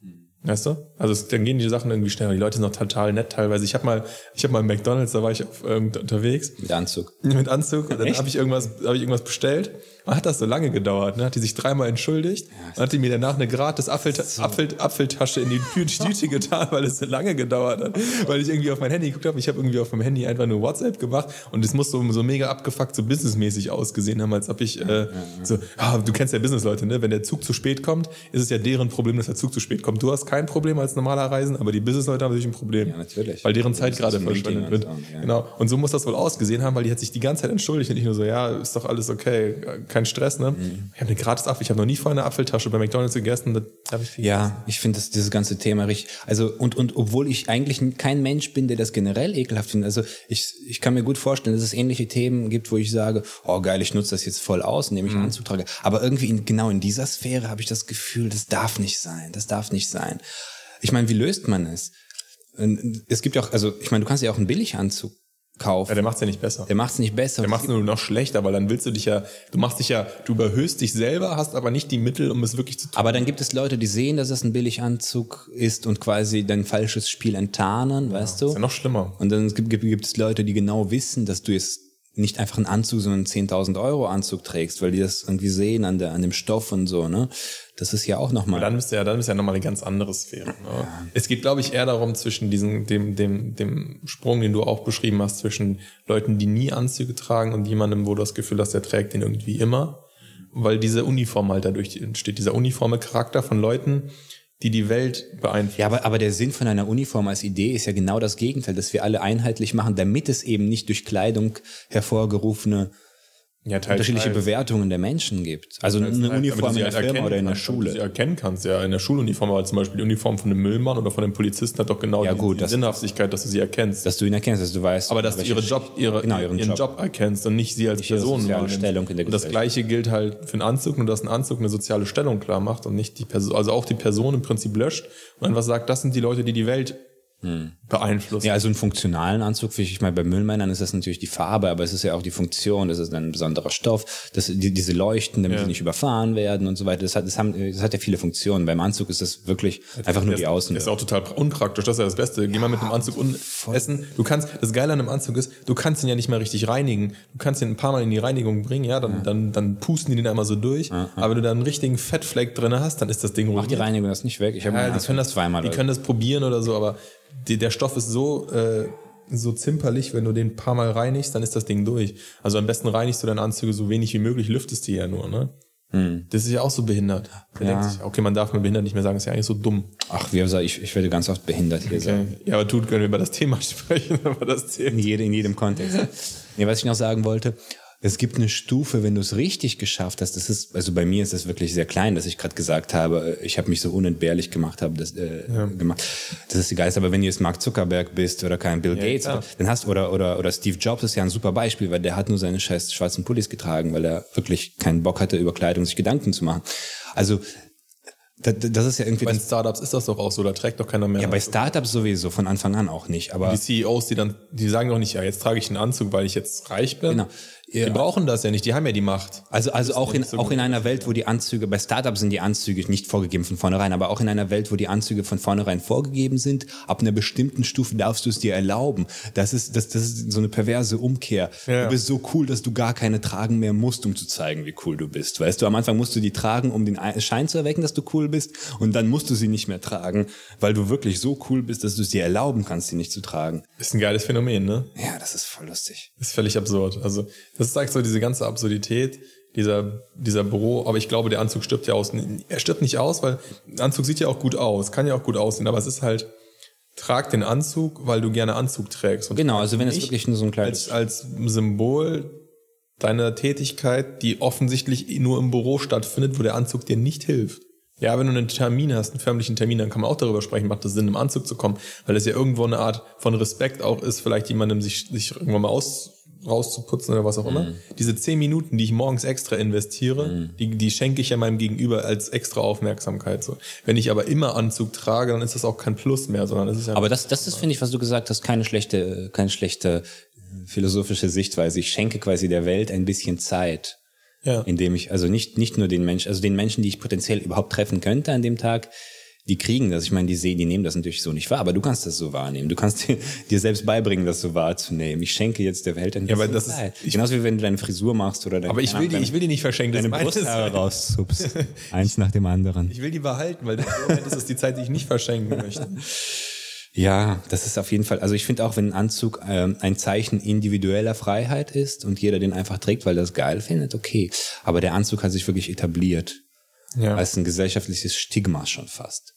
Hm.
Weißt du? Also es, dann gehen die Sachen irgendwie schneller. Die Leute sind noch total nett teilweise. Ich habe mal, ich habe mal in McDonalds, da war ich auf, ähm, unterwegs
Mit Anzug.
mit Anzug und dann habe ich irgendwas habe ich irgendwas bestellt und hat das so lange gedauert ne? hat die sich dreimal entschuldigt und hat die mir danach eine gratis Apfelta Apfel Apfeltasche in die Tü- Tüte getan weil es so lange gedauert hat weil ich irgendwie auf mein Handy geguckt habe ich habe irgendwie auf meinem Handy einfach nur WhatsApp gemacht und es muss so, so mega abgefuckt so businessmäßig ausgesehen haben als ob ich äh, so ah, du kennst ja Businessleute ne wenn der Zug zu spät kommt ist es ja deren Problem dass der Zug zu spät kommt du hast kein Problem als normaler Reisen aber die Businessleute haben natürlich ein Problem
Ja, natürlich.
weil deren
Ja,
Zeit
das
gerade
ist ein Meeting
verschwendet
und
wird
so, ja.
genau Genau. Und so muss das wohl ausgesehen haben, weil die hat sich die ganze Zeit entschuldigt und ich nur so, ja, ist doch alles okay, kein Stress, ne?
Mhm.
Ich habe eine gratis Apfel, ich habe noch nie vorher eine Apfeltasche bei McDonalds gegessen, da habe ich viel.
Ja, ich finde das- dieses ganze Thema richtig. Also, und, und obwohl ich eigentlich kein Mensch bin, der das generell ekelhaft findet, also ich, ich kann mir gut vorstellen, dass es ähnliche Themen gibt, wo ich sage, oh geil, ich nutze das jetzt voll aus, indem ich
Mhm.
einen Anzug trage. Aber irgendwie in, genau in dieser Sphäre habe ich das Gefühl, das darf nicht sein, das darf nicht sein. Ich meine, wie löst man es? Und Es gibt ja auch, also ich meine, du kannst ja auch einen Billiganzug kaufen.
Ja, der macht's ja nicht besser.
der macht's nicht besser.
Der macht's nur noch schlechter, weil dann willst du dich ja, du machst dich ja, du überhöhst dich selber, hast aber nicht die Mittel, um es wirklich zu tun.
Aber dann gibt es Leute, die sehen, dass das ein Billiganzug ist und quasi dein falsches Spiel enttarnen, weißt
Genau. Ist ja
du?
noch schlimmer.
Und dann gibt, gibt, gibt es Leute, die genau wissen, dass du jetzt nicht einfach einen Anzug, sondern einen 10.000 Euro Anzug trägst, weil die das irgendwie sehen an, der, an dem Stoff und so, ne? Das ist ja auch nochmal.
Dann bist du ja, dann bist du ja nochmal eine ganz andere Sphäre. Ne? Es geht, glaube ich, eher darum, zwischen diesem, dem, dem, dem Sprung, den du auch beschrieben hast, zwischen Leuten, die nie Anzüge tragen und jemandem, wo du das Gefühl hast, der trägt den irgendwie immer. Weil diese Uniform halt dadurch entsteht, dieser uniforme Charakter von Leuten, die die Welt beeinflussen.
Ja, aber, aber der Sinn von einer Uniform als Idee ist ja genau das Gegenteil, dass wir alle einheitlich machen, damit es eben nicht durch Kleidung hervorgerufene
Ja, teils,
unterschiedliche
teils.
Bewertungen der Menschen gibt. Also eine
Damit du
Uniform
sie
in der
halt
Firma
erkennen
oder in der
kannst, damit Du sie
Schule.
erkennen kannst, ja. In der Schuluniform, aber zum Beispiel die Uniform von einem Müllmann oder von einem Polizisten hat doch genau
Ja,
die,
gut,
die
das-
Sinnhaftigkeit, dass du sie erkennst.
Dass du ihn erkennst, dass du weißt.
Aber dass du
welche
ihre Job, ihre,
Genau, ihren
ihren, Job. erkennst und nicht sie als
ihre
Person.
soziale
wahrnimmst.
Stellung in der
und das
Gesellschaft.
Gleiche gilt halt für einen Anzug, nur dass ein Anzug eine soziale Stellung klar macht und nicht die Person, also auch die Person im Prinzip löscht und einfach sagt, das sind die Leute, die die Welt beeinflussen.
Hm. Ja, also einen funktionalen Anzug, wie ich meine, bei Müllmännern ist das natürlich die Farbe, aber es ist ja auch die Funktion, das ist ein besonderer Stoff, dass die, diese leuchten, damit
Ja.
sie nicht überfahren werden und so weiter. Das hat, das, haben, das hat ja viele Funktionen. Beim Anzug ist das wirklich einfach nur die
Das Also
Außenwelt.
ist auch total unpraktisch, das ist ja das Beste. Geh mal mit einem Anzug un essen. Du kannst, das Geile an einem Anzug ist, du kannst ihn ja nicht mehr richtig reinigen. Du kannst ihn ein paar Mal in die Reinigung bringen, ja, dann, dann, dann pusten die den einmal so durch. Aber wenn du da einen richtigen Fettfleck drin hast, dann ist das Ding
Macht die Reinigung das nicht weg? Ich habe
Ja,
meinen
die
Anzug
können das
zweimal.
Die
oder-
können das probieren oder so, aber die, der Stoff ist so äh, so zimperlich, wenn du den ein paar Mal reinigst, dann ist das Ding durch. Also am besten reinigst du deine Anzüge so wenig wie möglich, lüftest die ja nur, ne?
Hm.
Das ist ja auch so behindert. Man denkt sich, okay, man darf mir behindert nicht mehr sagen, ist ja eigentlich so dumm.
Ach, wie gesagt, ich, ich werde ganz oft behindert hier sein.
Ja, aber tut, können wir über das Thema sprechen, über das Thema.
In, jede, in jedem Kontext. nee, was ich noch sagen wollte, es gibt eine Stufe, wenn du es richtig geschafft hast, das ist, also bei mir ist das wirklich sehr klein, dass ich gerade gesagt habe, äh, ich habe mich so unentbehrlich gemacht, habe das äh, gemacht. Das ist egal, aber wenn du jetzt Mark Zuckerberg bist oder kein Bill Gates,
klar.
oder, dann hast oder oder oder Steve Jobs ist ja ein super Beispiel, weil der hat nur seine scheiß schwarzen Pullis getragen, weil er wirklich keinen Bock hatte, über Kleidung sich Gedanken zu machen. Also Das, das ist ja irgendwie.
Bei
Das,
den Startups ist das doch auch so, da trägt doch keiner mehr.
ja, bei Startups sowieso, von Anfang an auch nicht. Aber
die CEOs, die dann, die sagen doch nicht, ja, jetzt trage ich einen Anzug, weil ich jetzt reich bin.
Genau.
Die
Ja.
brauchen das ja nicht, die haben ja die Macht.
Also, also auch, in,
so
auch in einer Welt, wo die Anzüge, bei Startups sind die Anzüge nicht vorgegeben von vornherein, aber auch in einer Welt, wo die Anzüge von vornherein vorgegeben sind, ab einer bestimmten Stufe darfst du es dir erlauben. Das ist, das, das ist so eine perverse Umkehr.
Ja.
Du bist so cool, dass du gar keine tragen mehr musst, um zu zeigen, wie cool du bist. Weißt du, am Anfang musst du die tragen, um den Ei- Schein zu erwecken, dass du cool bist, und dann musst du sie nicht mehr tragen, weil du wirklich so cool bist, dass du es dir erlauben kannst, sie nicht zu tragen.
Ist ein geiles Phänomen, ne?
Ja, das ist voll lustig.
Ist völlig absurd. Also, das zeigt so diese ganze Absurdität dieser, dieser Büro. Aber ich glaube, der Anzug stirbt ja aus. Er stirbt nicht aus, weil ein Anzug sieht ja auch gut aus, kann ja auch gut aussehen, aber es ist halt, trag den Anzug, weil du gerne Anzug trägst. Und
Genau, also wenn es
Nicht
wirklich nur so ein kleines
als, als Symbol deiner Tätigkeit, die offensichtlich nur im Büro stattfindet, wo der Anzug dir nicht hilft. Ja, wenn du einen Termin hast, einen förmlichen Termin, dann kann man auch darüber sprechen, macht es Sinn, im Anzug zu kommen, weil das ja irgendwo eine Art von Respekt auch ist, vielleicht jemandem sich, sich irgendwann mal aus, rauszuputzen oder was auch
Mhm.
immer. Diese zehn Minuten, die ich morgens extra investiere, die, die schenke ich ja meinem Gegenüber als extra Aufmerksamkeit. So. Wenn ich aber immer Anzug trage, dann ist das auch kein Plus mehr, sondern es ist ja
Aber das, das ist, finde ich, was du gesagt hast, keine schlechte, keine schlechte philosophische Sichtweise. Ich schenke quasi der Welt ein bisschen Zeit,
ja.
indem ich, also nicht, nicht nur den Menschen, also den Menschen, die ich potenziell überhaupt treffen könnte an dem Tag, die kriegen das. Ich meine, die sehen, die nehmen das natürlich so nicht wahr, aber du kannst das so wahrnehmen. Du kannst dir, dir selbst beibringen, das so wahrzunehmen. Ich schenke jetzt der Welt ein bisschen
aber das ist-
Zeit. Genauso wie wenn du deine Frisur machst oder deine,
aber ich
keine
will,
Ahnung,
die, ich will die nicht verschenken. das
deine, deine
meine ich.
Brusthaare rauszupst. Eins nach dem anderen.
Ich will die behalten, weil das Moment ist es die Zeit, die ich nicht verschenken möchte.
Ja, das ist auf jeden Fall. Also ich finde auch, wenn ein Anzug ähm, ein Zeichen individueller Freiheit ist und jeder den einfach trägt, weil er das geil findet, okay. Aber der Anzug hat sich wirklich etabliert
Ja.
als ein gesellschaftliches Stigma schon fast.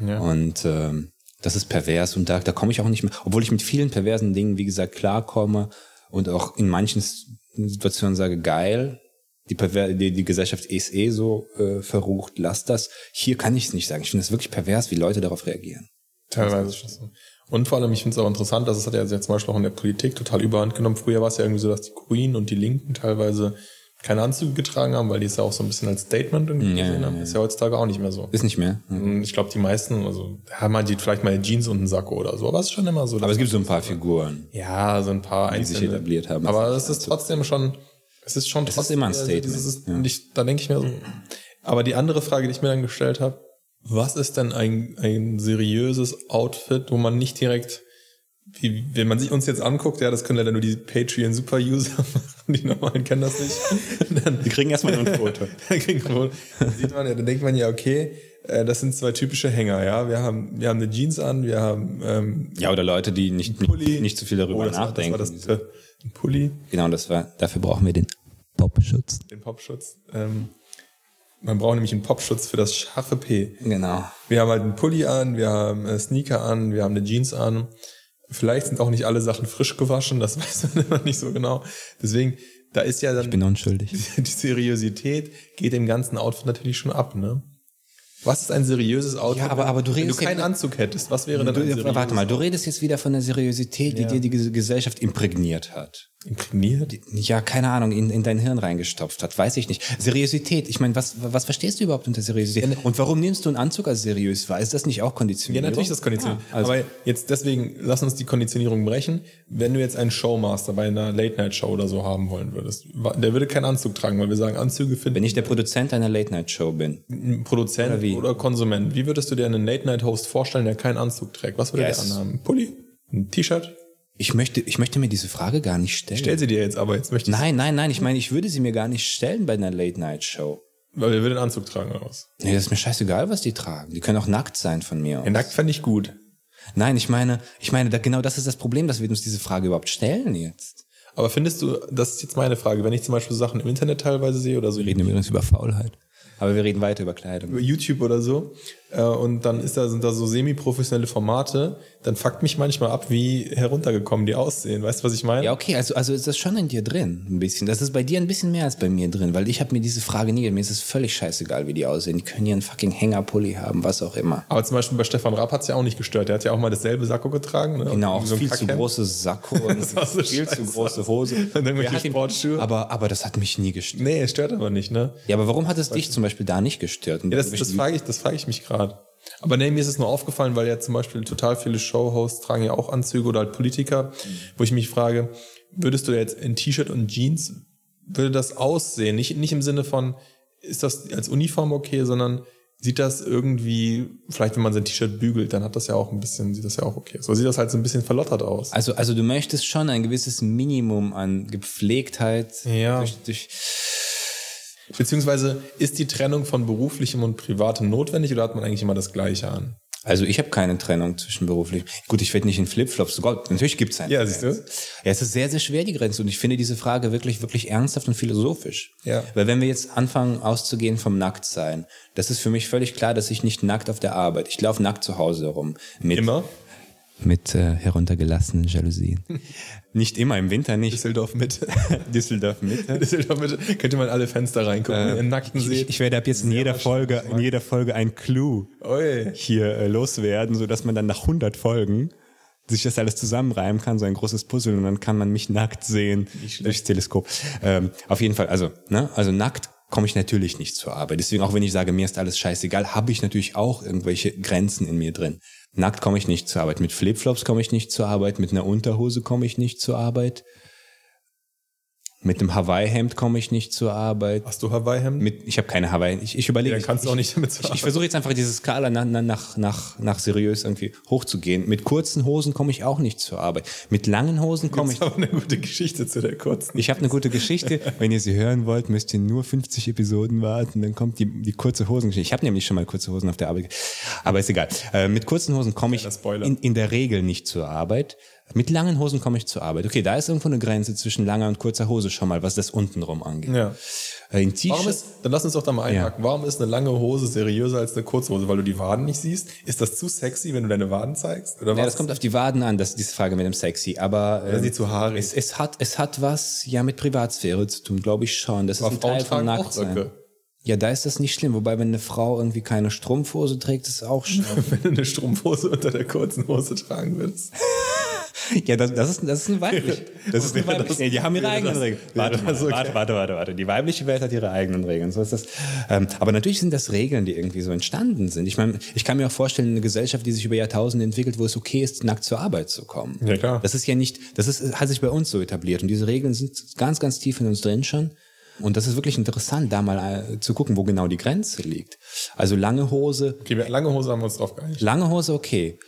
Ja.
Und ähm, das ist pervers und da, da komme ich auch nicht mehr, obwohl ich mit vielen perversen Dingen, wie gesagt, klarkomme und auch in manchen S- Situationen sage, geil, die, Perver die, die Gesellschaft ist eh so äh, verrucht, lass das. Hier kann ich es nicht sagen. Ich finde es wirklich pervers, wie Leute darauf reagieren.
Teilweise schon so. Und vor allem, ich finde es auch interessant, dass es hat ja jetzt zum Beispiel auch in der Politik total überhand genommen. Früher war es ja irgendwie so, dass die Green und die Linken teilweise keine Anzüge getragen haben, weil die es ja auch so ein bisschen als Statement irgendwie
Ja,
gesehen haben. Ist ja heutzutage auch nicht mehr so.
Ist nicht mehr.
Ich glaube, die meisten, also haben halt die vielleicht mal eine Jeans und einen Sakko oder so, aber es ist schon immer so. dass-
Aber es gibt so ein paar Figuren.
ja, so ein paar die
sich etabliert haben.
Aber es ist trotzdem schon, es ist schon trotzdem
immer ein
also
Statement,
dieses ist
ja.
nicht, da denke ich mir so. Aber die andere Frage, die ich mir dann gestellt habe, was ist denn ein, ein seriöses Outfit, wo man nicht direkt, wie, wenn man sich uns jetzt anguckt, ja, das können leider nur die Patreon-Super-User machen, die normalen kennen das nicht. dann,
Die kriegen erstmal nur ein Foto.
dann kriegt man- sieht man ja, dann denkt man ja, okay, äh, das sind zwei typische Hänger, ja. Wir haben, wir haben eine Jeans an, wir haben ähm,
Ja, oder Leute, die nicht,
Pulli.
nicht, nicht zu viel darüber
Oh, das war-
nachdenken.
Das war das, äh, ein Pulli,
genau, das war, dafür brauchen wir den Popschutz.
den Popschutz. Ähm, man braucht nämlich einen Popschutz für das scharfe P.
Genau.
Wir haben halt einen Pulli an, wir haben äh, Sneaker an, wir haben eine Jeans an. Vielleicht sind auch nicht alle Sachen frisch gewaschen, das weiß man immer nicht so genau. Deswegen, da ist ja dann
Bin unschuldig.
die Seriosität geht dem ganzen Outfit natürlich schon ab, ne? Was ist ein seriöses Outfit?
Ja, aber-
wenn-
aber du
wenn du
redest ja
keinen
wieder-
Anzug hättest, was wäre dann ein
Du,
seriöses
warte mal, du redest jetzt wieder von der Seriosität, die dir die Ges- Gesellschaft imprägniert hat.
Imprägniert?
Ja, keine Ahnung, in, in dein Hirn reingestopft hat, weiß ich nicht. Seriosität, ich meine, was, was verstehst du überhaupt unter Seriosität? Und warum nimmst du einen Anzug als seriös wahr? Ist das nicht auch
Ja,
Konditionierung?
natürlich das Konditionierung.
Ja, also-
Aber jetzt deswegen, lass uns die Konditionierung brechen. Wenn du jetzt einen Showmaster bei einer Late-Night-Show oder so haben wollen würdest, wa- der würde keinen Anzug tragen, weil wir sagen, Anzüge
Wenn
finden
ich der Produzent einer Late-Night-Show bin,
ein Produzent oder,
wie?
Konsument. Wie würdest du dir einen Late-Night-Host vorstellen, der keinen Anzug trägt? Was würde
Ja,
der
es-
anhaben? Ein Pulli? Ein T-Shirt?
ich möchte, ich möchte mir diese Frage gar nicht stellen.
Stell sie dir jetzt aber, jetzt möchte ich,
Nein, nein, nein, ich meine, ich würde sie mir gar nicht stellen bei einer Late-Night-Show.
weil wir würden einen Anzug tragen oder was?
Nee, das ist mir scheißegal, was die tragen. Die können auch nackt sein von mir. aus.
Ja, nackt fände ich gut.
Nein, ich meine, ich meine, da, genau das ist das Problem, dass wir uns diese Frage überhaupt stellen jetzt.
Aber findest du, das ist jetzt meine Frage, wenn ich zum Beispiel Sachen im Internet teilweise sehe oder so,
Wir reden übrigens über Faulheit. Aber wir reden weiter über Kleidung.
über YouTube oder so, Äh, und dann ist da, sind da so semi-professionelle Formate. Dann fuckt mich manchmal ab, wie heruntergekommen die aussehen. Weißt du, was ich meine?
Ja, okay, also, also ist das schon in dir drin, ein bisschen. Das ist bei dir ein bisschen mehr als bei mir drin, weil ich habe mir diese Frage nie, mir ist es völlig scheißegal, wie die aussehen. Die können ja einen fucking Hängerpulli haben, was auch immer.
Aber zum Beispiel bei Stefan Raab hat's ja auch nicht gestört. Der hat ja auch mal dasselbe Sakko getragen. Ne?
Genau, auch
Irgendwie so ein
viel zu
Kackhemd.
großes Sakko und
war so
viel zu
scheiße.
große Hose.
Und irgendwelche
Wer hat ihn-
Sportschuhe.
Aber, aber das hat mich nie gestört.
Nee, es stört aber nicht, ne?
Ja, aber warum hat es dich zum Beispiel da nicht gestört?
Ja, das, das frage ich, das frage ich mich gerade. Aber nee, mir ist es nur aufgefallen, weil ja zum Beispiel total viele Showhosts tragen ja auch Anzüge oder halt Politiker, wo ich mich frage, würdest du jetzt in T-Shirt und Jeans, würde das aussehen? Nicht, nicht im Sinne von, ist das als Uniform okay, sondern sieht das irgendwie, vielleicht wenn man sein T-Shirt bügelt, dann hat das ja auch ein bisschen, sieht das ja auch okay. So sieht das halt so ein bisschen verlottert aus.
also, also du möchtest schon ein gewisses Minimum an Gepflegtheit
Ja.
durch, durch
Beziehungsweise ist die Trennung von beruflichem und privatem notwendig oder hat man eigentlich immer das Gleiche an?
Also ich habe keine Trennung zwischen beruflich. Gut, ich werde nicht in Flipflops. Oh Gott, natürlich gibt's eine.
Ja, siehst du?
Ja, es ist sehr, sehr schwer, die Grenze. Und ich finde diese Frage wirklich, wirklich ernsthaft und philosophisch.
Ja.
Weil wenn wir jetzt anfangen auszugehen vom Nacktsein, das ist für mich völlig klar, dass ich nicht nackt auf der Arbeit. Ich laufe nackt zu Hause herum. Mit,
Immer?
Mit äh, heruntergelassenen Jalousien. nicht immer, im Winter nicht.
Düsseldorf Mitte.
Düsseldorf mit.
Düsseldorf Mitte. Könnte man alle Fenster reingucken, in den nackten See.
Äh, Ich, ich werde ab jetzt in jeder Folge, in jeder Folge ein Clou
Ui.
hier äh, loswerden, sodass man dann nach 100 Folgen sich das alles zusammenreimen kann, so ein großes Puzzle und dann kann man mich nackt sehen durchs Teleskop. Ähm, auf jeden Fall, also, ne, also nackt komme ich natürlich nicht zur Arbeit. Deswegen, auch wenn ich sage, mir ist alles scheißegal, habe ich natürlich auch irgendwelche Grenzen in mir drin. Nackt komme ich nicht zur Arbeit. Mit Flipflops komme ich nicht zur Arbeit. Mit einer Unterhose komme ich nicht zur Arbeit. Mit einem Hawaii-Hemd komme ich nicht zur Arbeit.
Hast du Hawaii-Hemd?
Mit, ich habe keine Hawaii. Ich, ich überlege.
Dann
ich-
kannst du auch nicht damit
ich, ich versuche jetzt einfach diese Skala nach, nach, nach, nach seriös irgendwie hochzugehen. Mit kurzen Hosen komme ich auch nicht zur Arbeit. Mit langen Hosen komme ich.
aber eine gute Geschichte zu der kurzen.
Ich habe eine gute Geschichte. Wenn ihr sie hören wollt, müsst ihr nur 50 Episoden warten. Dann kommt die, die kurze Hosengeschichte. Ich habe nämlich schon mal kurze Hosen auf der Arbeit. ge- Aber ist egal. Äh, mit kurzen Hosen komme ich
Kleiner Spoiler.
in, in der Regel nicht zur Arbeit. Mit langen Hosen komme ich zur Arbeit. Okay, da ist irgendwo eine Grenze zwischen langer und kurzer Hose schon mal, was das untenrum angeht.
Ja.
Äh, In T-Shirt.
Warum ist, dann lass uns doch da mal
Ja.
einhaken. Warum ist eine lange Hose seriöser als eine kurze Hose? Weil du die Waden nicht siehst? Ist das zu sexy, wenn du deine Waden zeigst? Oder
Ja,
was?
das kommt auf die Waden an, das, diese Frage mit dem Sexy. Aber ähm,
sie zu haarig.
Es, es, hat, es hat was ja mit Privatsphäre zu tun, glaube ich schon. Das ist
Aber
ein
Frauen
Teil von
tragen auch
Nacktsein.
Röcke.
Ja, da ist das nicht schlimm. Wobei, wenn eine Frau irgendwie keine Strumpfhose trägt, ist es auch schlimm.
wenn du eine Strumpfhose unter der kurzen Hose tragen würdest.
ja, das, das, ist, das ist ein weiblich. Das ist eine
Wäre das-
weibliche. Nee, die haben ihre
wäre
eigenen
das-
Regeln.
wäre
Warte, mal,
das okay?
warte, warte, warte, warte. Die weibliche Welt hat ihre eigenen Regeln. So ist das. Ähm, aber natürlich sind das Regeln, die irgendwie so entstanden sind. Ich meine, ich kann mir auch vorstellen, eine Gesellschaft, die sich über Jahrtausende entwickelt, wo es okay ist, nackt zur Arbeit zu kommen.
Ja, klar.
Das ist ja nicht, das ist, hat sich bei uns so etabliert. Und diese Regeln sind ganz, ganz tief in uns drin schon. Und das ist wirklich interessant, da mal äh, zu gucken, wo genau die Grenze liegt. Also lange Hose,
Okay, wir- lange Hose haben wir uns drauf geeinigt.
Lange Hose okay.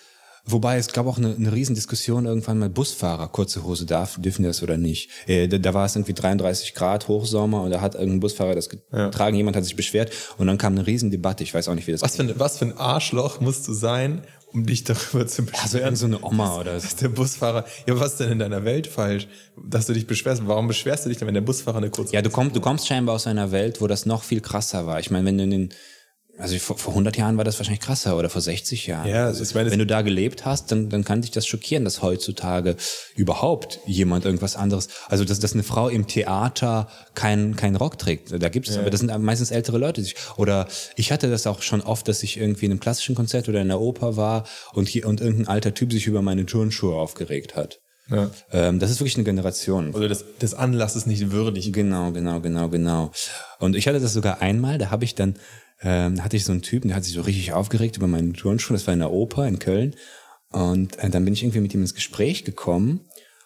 Wobei es gab auch eine, eine Riesendiskussion irgendwann mal Busfahrer, kurze Hose darf, dürfen die das oder nicht. Äh, da, da war es irgendwie 33 Grad Hochsommer und da hat irgendein Busfahrer das getragen, jemand hat sich beschwert und dann kam eine Riesendebatte, ich weiß auch nicht, wie das
Was für, ein, was für ein Arschloch musst du sein, um dich darüber zu beschweren?
Also irgend so eine Oma oder so.
Dass der Busfahrer, ja, was ist denn in deiner Welt falsch, dass du dich beschwerst? Warum beschwerst du dich denn, wenn der Busfahrer eine kurze
Ja, du kommst, du kommst scheinbar aus einer Welt, wo das noch viel krasser war. Ich meine, wenn du in den, also vor, vor 100 Jahren war das wahrscheinlich krasser oder vor 60 Jahren.
Ja, also ich meine,
wenn du da gelebt hast, dann, dann kann dich das schockieren, dass heutzutage überhaupt jemand irgendwas anderes, also dass, dass eine Frau im Theater keinen keinen Rock trägt. Da gibt es, aber das sind meistens ältere Leute. die sich- Oder ich hatte das auch schon oft, dass ich irgendwie in einem klassischen Konzert oder in einer Oper war und, hier, und irgendein alter Typ sich über meine Turnschuhe aufgeregt hat.
Ja.
Ähm, das ist wirklich eine Generation.
Also des, des Anlasses nicht würdig.
Genau, genau, genau, genau. Und ich hatte das sogar einmal, da habe ich dann, ähm, hatte ich so einen Typen, der hat sich so richtig aufgeregt über meinen Turnschuh, das war in der Oper in Köln. Und äh, dann bin ich irgendwie mit ihm ins Gespräch gekommen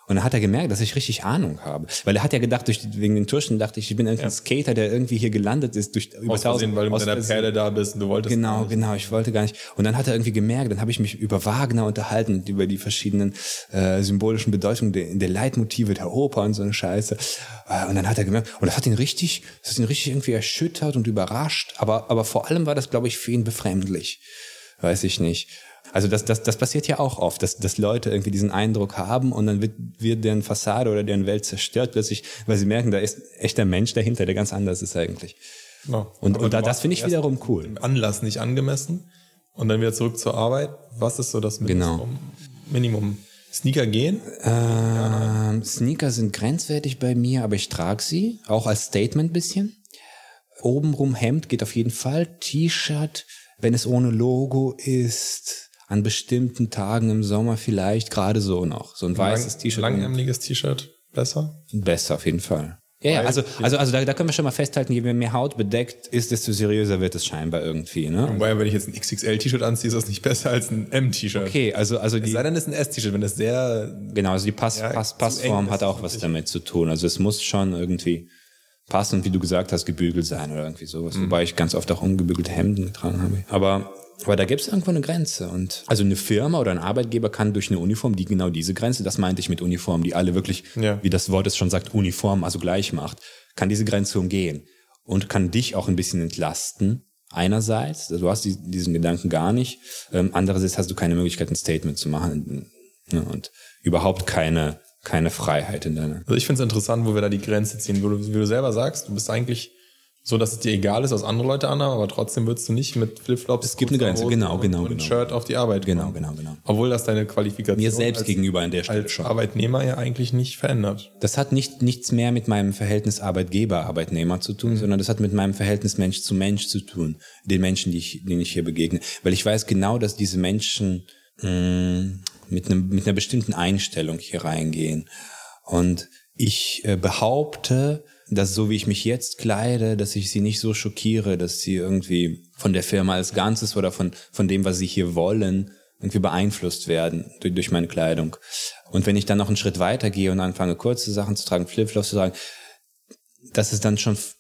und dann hat er gemerkt, dass ich richtig Ahnung habe. Weil er hat ja gedacht, durch, die- wegen den Turnschuhen dachte ich, ich bin irgendwie ein Skater, der irgendwie hier gelandet ist durch über
Aus Versehen, weil du mit
aus
deiner
Versehen.
Perle da bist und du wolltest.
Genau, genau, ich wollte gar nicht. Und dann hat er irgendwie gemerkt, dann habe ich mich über Wagner unterhalten und über die verschiedenen äh, symbolischen Bedeutungen der, der Leitmotive der Oper und so eine Scheiße. Äh, und dann hat er gemerkt, und das hat ihn richtig, das hat ihn richtig irgendwie erschüttert und überrascht, aber, aber vor allem war das, glaube ich, für ihn befremdlich. Weiß ich nicht. Also das, das, das passiert ja auch oft, dass, dass Leute irgendwie diesen Eindruck haben und dann wird, wird deren Fassade oder deren Welt zerstört plötzlich, weil sie merken, da ist echter Mensch dahinter, der ganz anders ist eigentlich.
Genau.
Und,
Aber
und da,
du
das
warst
finde ich
erst
wiederum cool.
Im Anlass nicht angemessen. und dann wieder zurück zur Arbeit. Was ist so das Minimum?
Genau.
Minimum. Sneaker gehen?
Ähm, Sneaker sind grenzwertig bei mir, aber ich trage sie, auch als Statement bisschen. Obenrum Hemd geht auf jeden Fall, T-Shirt, wenn es ohne Logo ist, an bestimmten Tagen im Sommer vielleicht gerade so noch. So ein weißes
Lang-
T-Shirt.
Langärmeliges T-Shirt besser?
Besser, auf jeden Fall. Ja, ja
Weil-
also, also, also da, da können wir schon mal festhalten, je mehr Haut bedeckt ist, desto seriöser wird es scheinbar irgendwie. Ne?
Wobei, wenn ich jetzt ein XXL-T-Shirt anziehe, ist das nicht besser als ein M-T-Shirt.
Okay, also, also
Es
die,
sei denn, es ist ein S-T-Shirt, wenn das sehr
genau, also die Pass,
Ja,
Pass,
zu
Passform
eng
hat
ist
auch was damit zu tun. Also es muss schon irgendwie passend, wie du gesagt hast, gebügelt sein oder irgendwie sowas.
Mhm.
Wobei ich ganz oft auch ungebügelte Hemden getragen habe. Aber, aber da gibt es irgendwo eine Grenze. Und also eine Firma oder ein Arbeitgeber kann durch eine Uniform, die genau diese Grenze, das meinte ich mit Uniform, die alle wirklich,
Ja.
wie das Wort es schon sagt, uniform, also gleich macht, kann diese Grenze umgehen und kann dich auch ein bisschen entlasten. Einerseits, also du hast die, diesen Gedanken gar nicht. Ähm, andererseits hast du keine Möglichkeit, ein Statement zu machen ne, und überhaupt keine, keine Freiheit in deiner.
Also ich finde es interessant, wo wir da die Grenze ziehen. Wo du, wie du selber sagst, du bist eigentlich so, dass es dir egal ist, was andere Leute anhaben, aber trotzdem würdest du nicht mit Flipflops. Es
gibt eine Grenze, genau, genau,
Und
genau.
Shirt auf die Arbeit.
Genau,
kommen.
genau, genau.
Obwohl das deine Qualifikation
Mir selbst
als,
gegenüber an der Stelle
als
schon.
Arbeitnehmer ja eigentlich nicht verändert.
Das hat nicht, nichts mehr mit meinem Verhältnis Arbeitgeber-Arbeitnehmer zu tun, sondern das hat mit meinem Verhältnis Mensch zu Mensch zu tun, den Menschen, die ich, denen ich hier begegne. Weil ich weiß genau, dass diese Menschen mh, mit, einem, mit einer bestimmten Einstellung hier reingehen. Und ich äh, behaupte, dass so wie ich mich jetzt kleide, dass ich sie nicht so schockiere, dass sie irgendwie von der Firma als Ganzes oder von, von dem, was sie hier wollen, irgendwie beeinflusst werden durch, durch meine Kleidung. Und wenn ich dann noch einen Schritt weiter gehe und anfange, kurze Sachen zu tragen, Flipflops zu tragen, dass es dann schon f-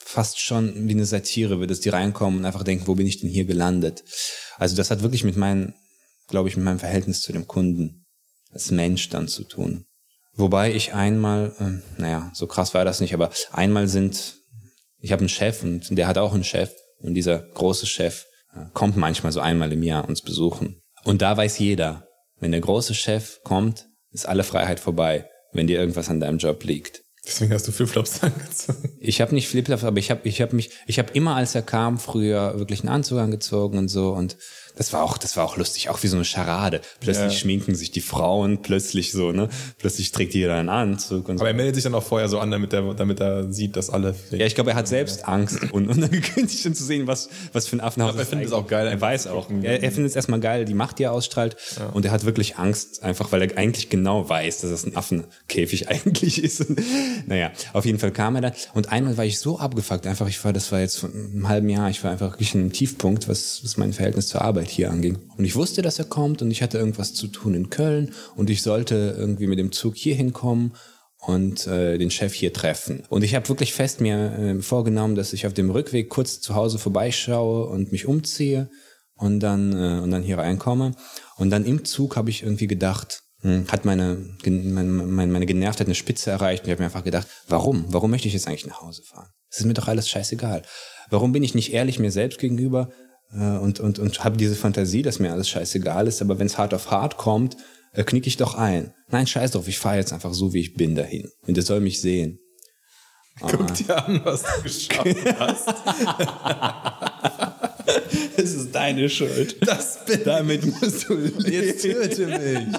fast schon wie eine Satire wird, dass die reinkommen und einfach denken, wo bin ich denn hier gelandet? Also das hat wirklich mit meinem, glaube ich, mit meinem Verhältnis zu dem Kunden als Mensch dann zu tun. Wobei ich einmal, ähm, naja, so krass war das nicht, aber einmal sind, ich habe einen Chef und der hat auch einen Chef und dieser große Chef äh, kommt manchmal so einmal im Jahr uns besuchen. Und da weiß jeder, wenn der große Chef kommt, ist alle Freiheit vorbei, wenn dir irgendwas an deinem Job liegt.
Deswegen hast du Flipflops angezogen.
Ich habe nicht Flipflops, aber ich habe ich hab mich, ich habe immer, als er kam, früher wirklich einen Anzug angezogen und so. Und das war auch, das war auch lustig, auch wie so eine Scharade. Plötzlich
Ja.
schminken sich die Frauen, plötzlich so, ne? Plötzlich trägt jeder einen Anzug und so.
Aber er meldet sich dann auch vorher so an, damit er, damit er sieht, dass alle.
Ja, ich glaube, er hat selbst Angst und unangekündigt, um zu sehen, was, was für ein Affenhaus
er findet es auch geil,
Er
einfach
weiß
zu
auch.
gucken.
Er, er findet es erstmal geil, die Macht, die er ausstrahlt. Und er hat wirklich Angst, einfach weil er eigentlich genau weiß, dass es ein Affenkäfig eigentlich ist. Und, naja, auf jeden Fall kam er dann. Und einmal war ich so abgefuckt, einfach, ich war, das war jetzt vor einem halben Jahr, ich war einfach wirklich in einem Tiefpunkt, was, was mein Verhältnis zur Arbeit hier anging. Und ich wusste, dass er kommt und ich hatte irgendwas zu tun in Köln und ich sollte irgendwie mit dem Zug hier hinkommen und äh, den Chef hier treffen. Und ich habe wirklich fest mir äh, vorgenommen, dass ich auf dem Rückweg kurz zu Hause vorbeischaue und mich umziehe und dann äh, und dann hier reinkomme. Und dann im Zug habe ich irgendwie gedacht, hm, hat meine, gen- mein, mein, meine Genervtheit eine Spitze erreicht und ich habe mir einfach gedacht, warum? Warum möchte ich jetzt eigentlich nach Hause fahren? Es ist mir doch alles scheißegal. Warum bin ich nicht ehrlich mir selbst gegenüber äh, und, und, und habe diese Fantasie, dass mir alles scheißegal ist, aber wenn es hart auf hart kommt, äh, knicke ich doch ein. Nein, scheiß drauf, ich fahre jetzt einfach so, wie ich bin dahin. Und der soll mich sehen. Ah.
Guck dir an, was du geschafft hast.
Das ist deine Schuld.
Das bin
Damit musst du
Jetzt töte mich.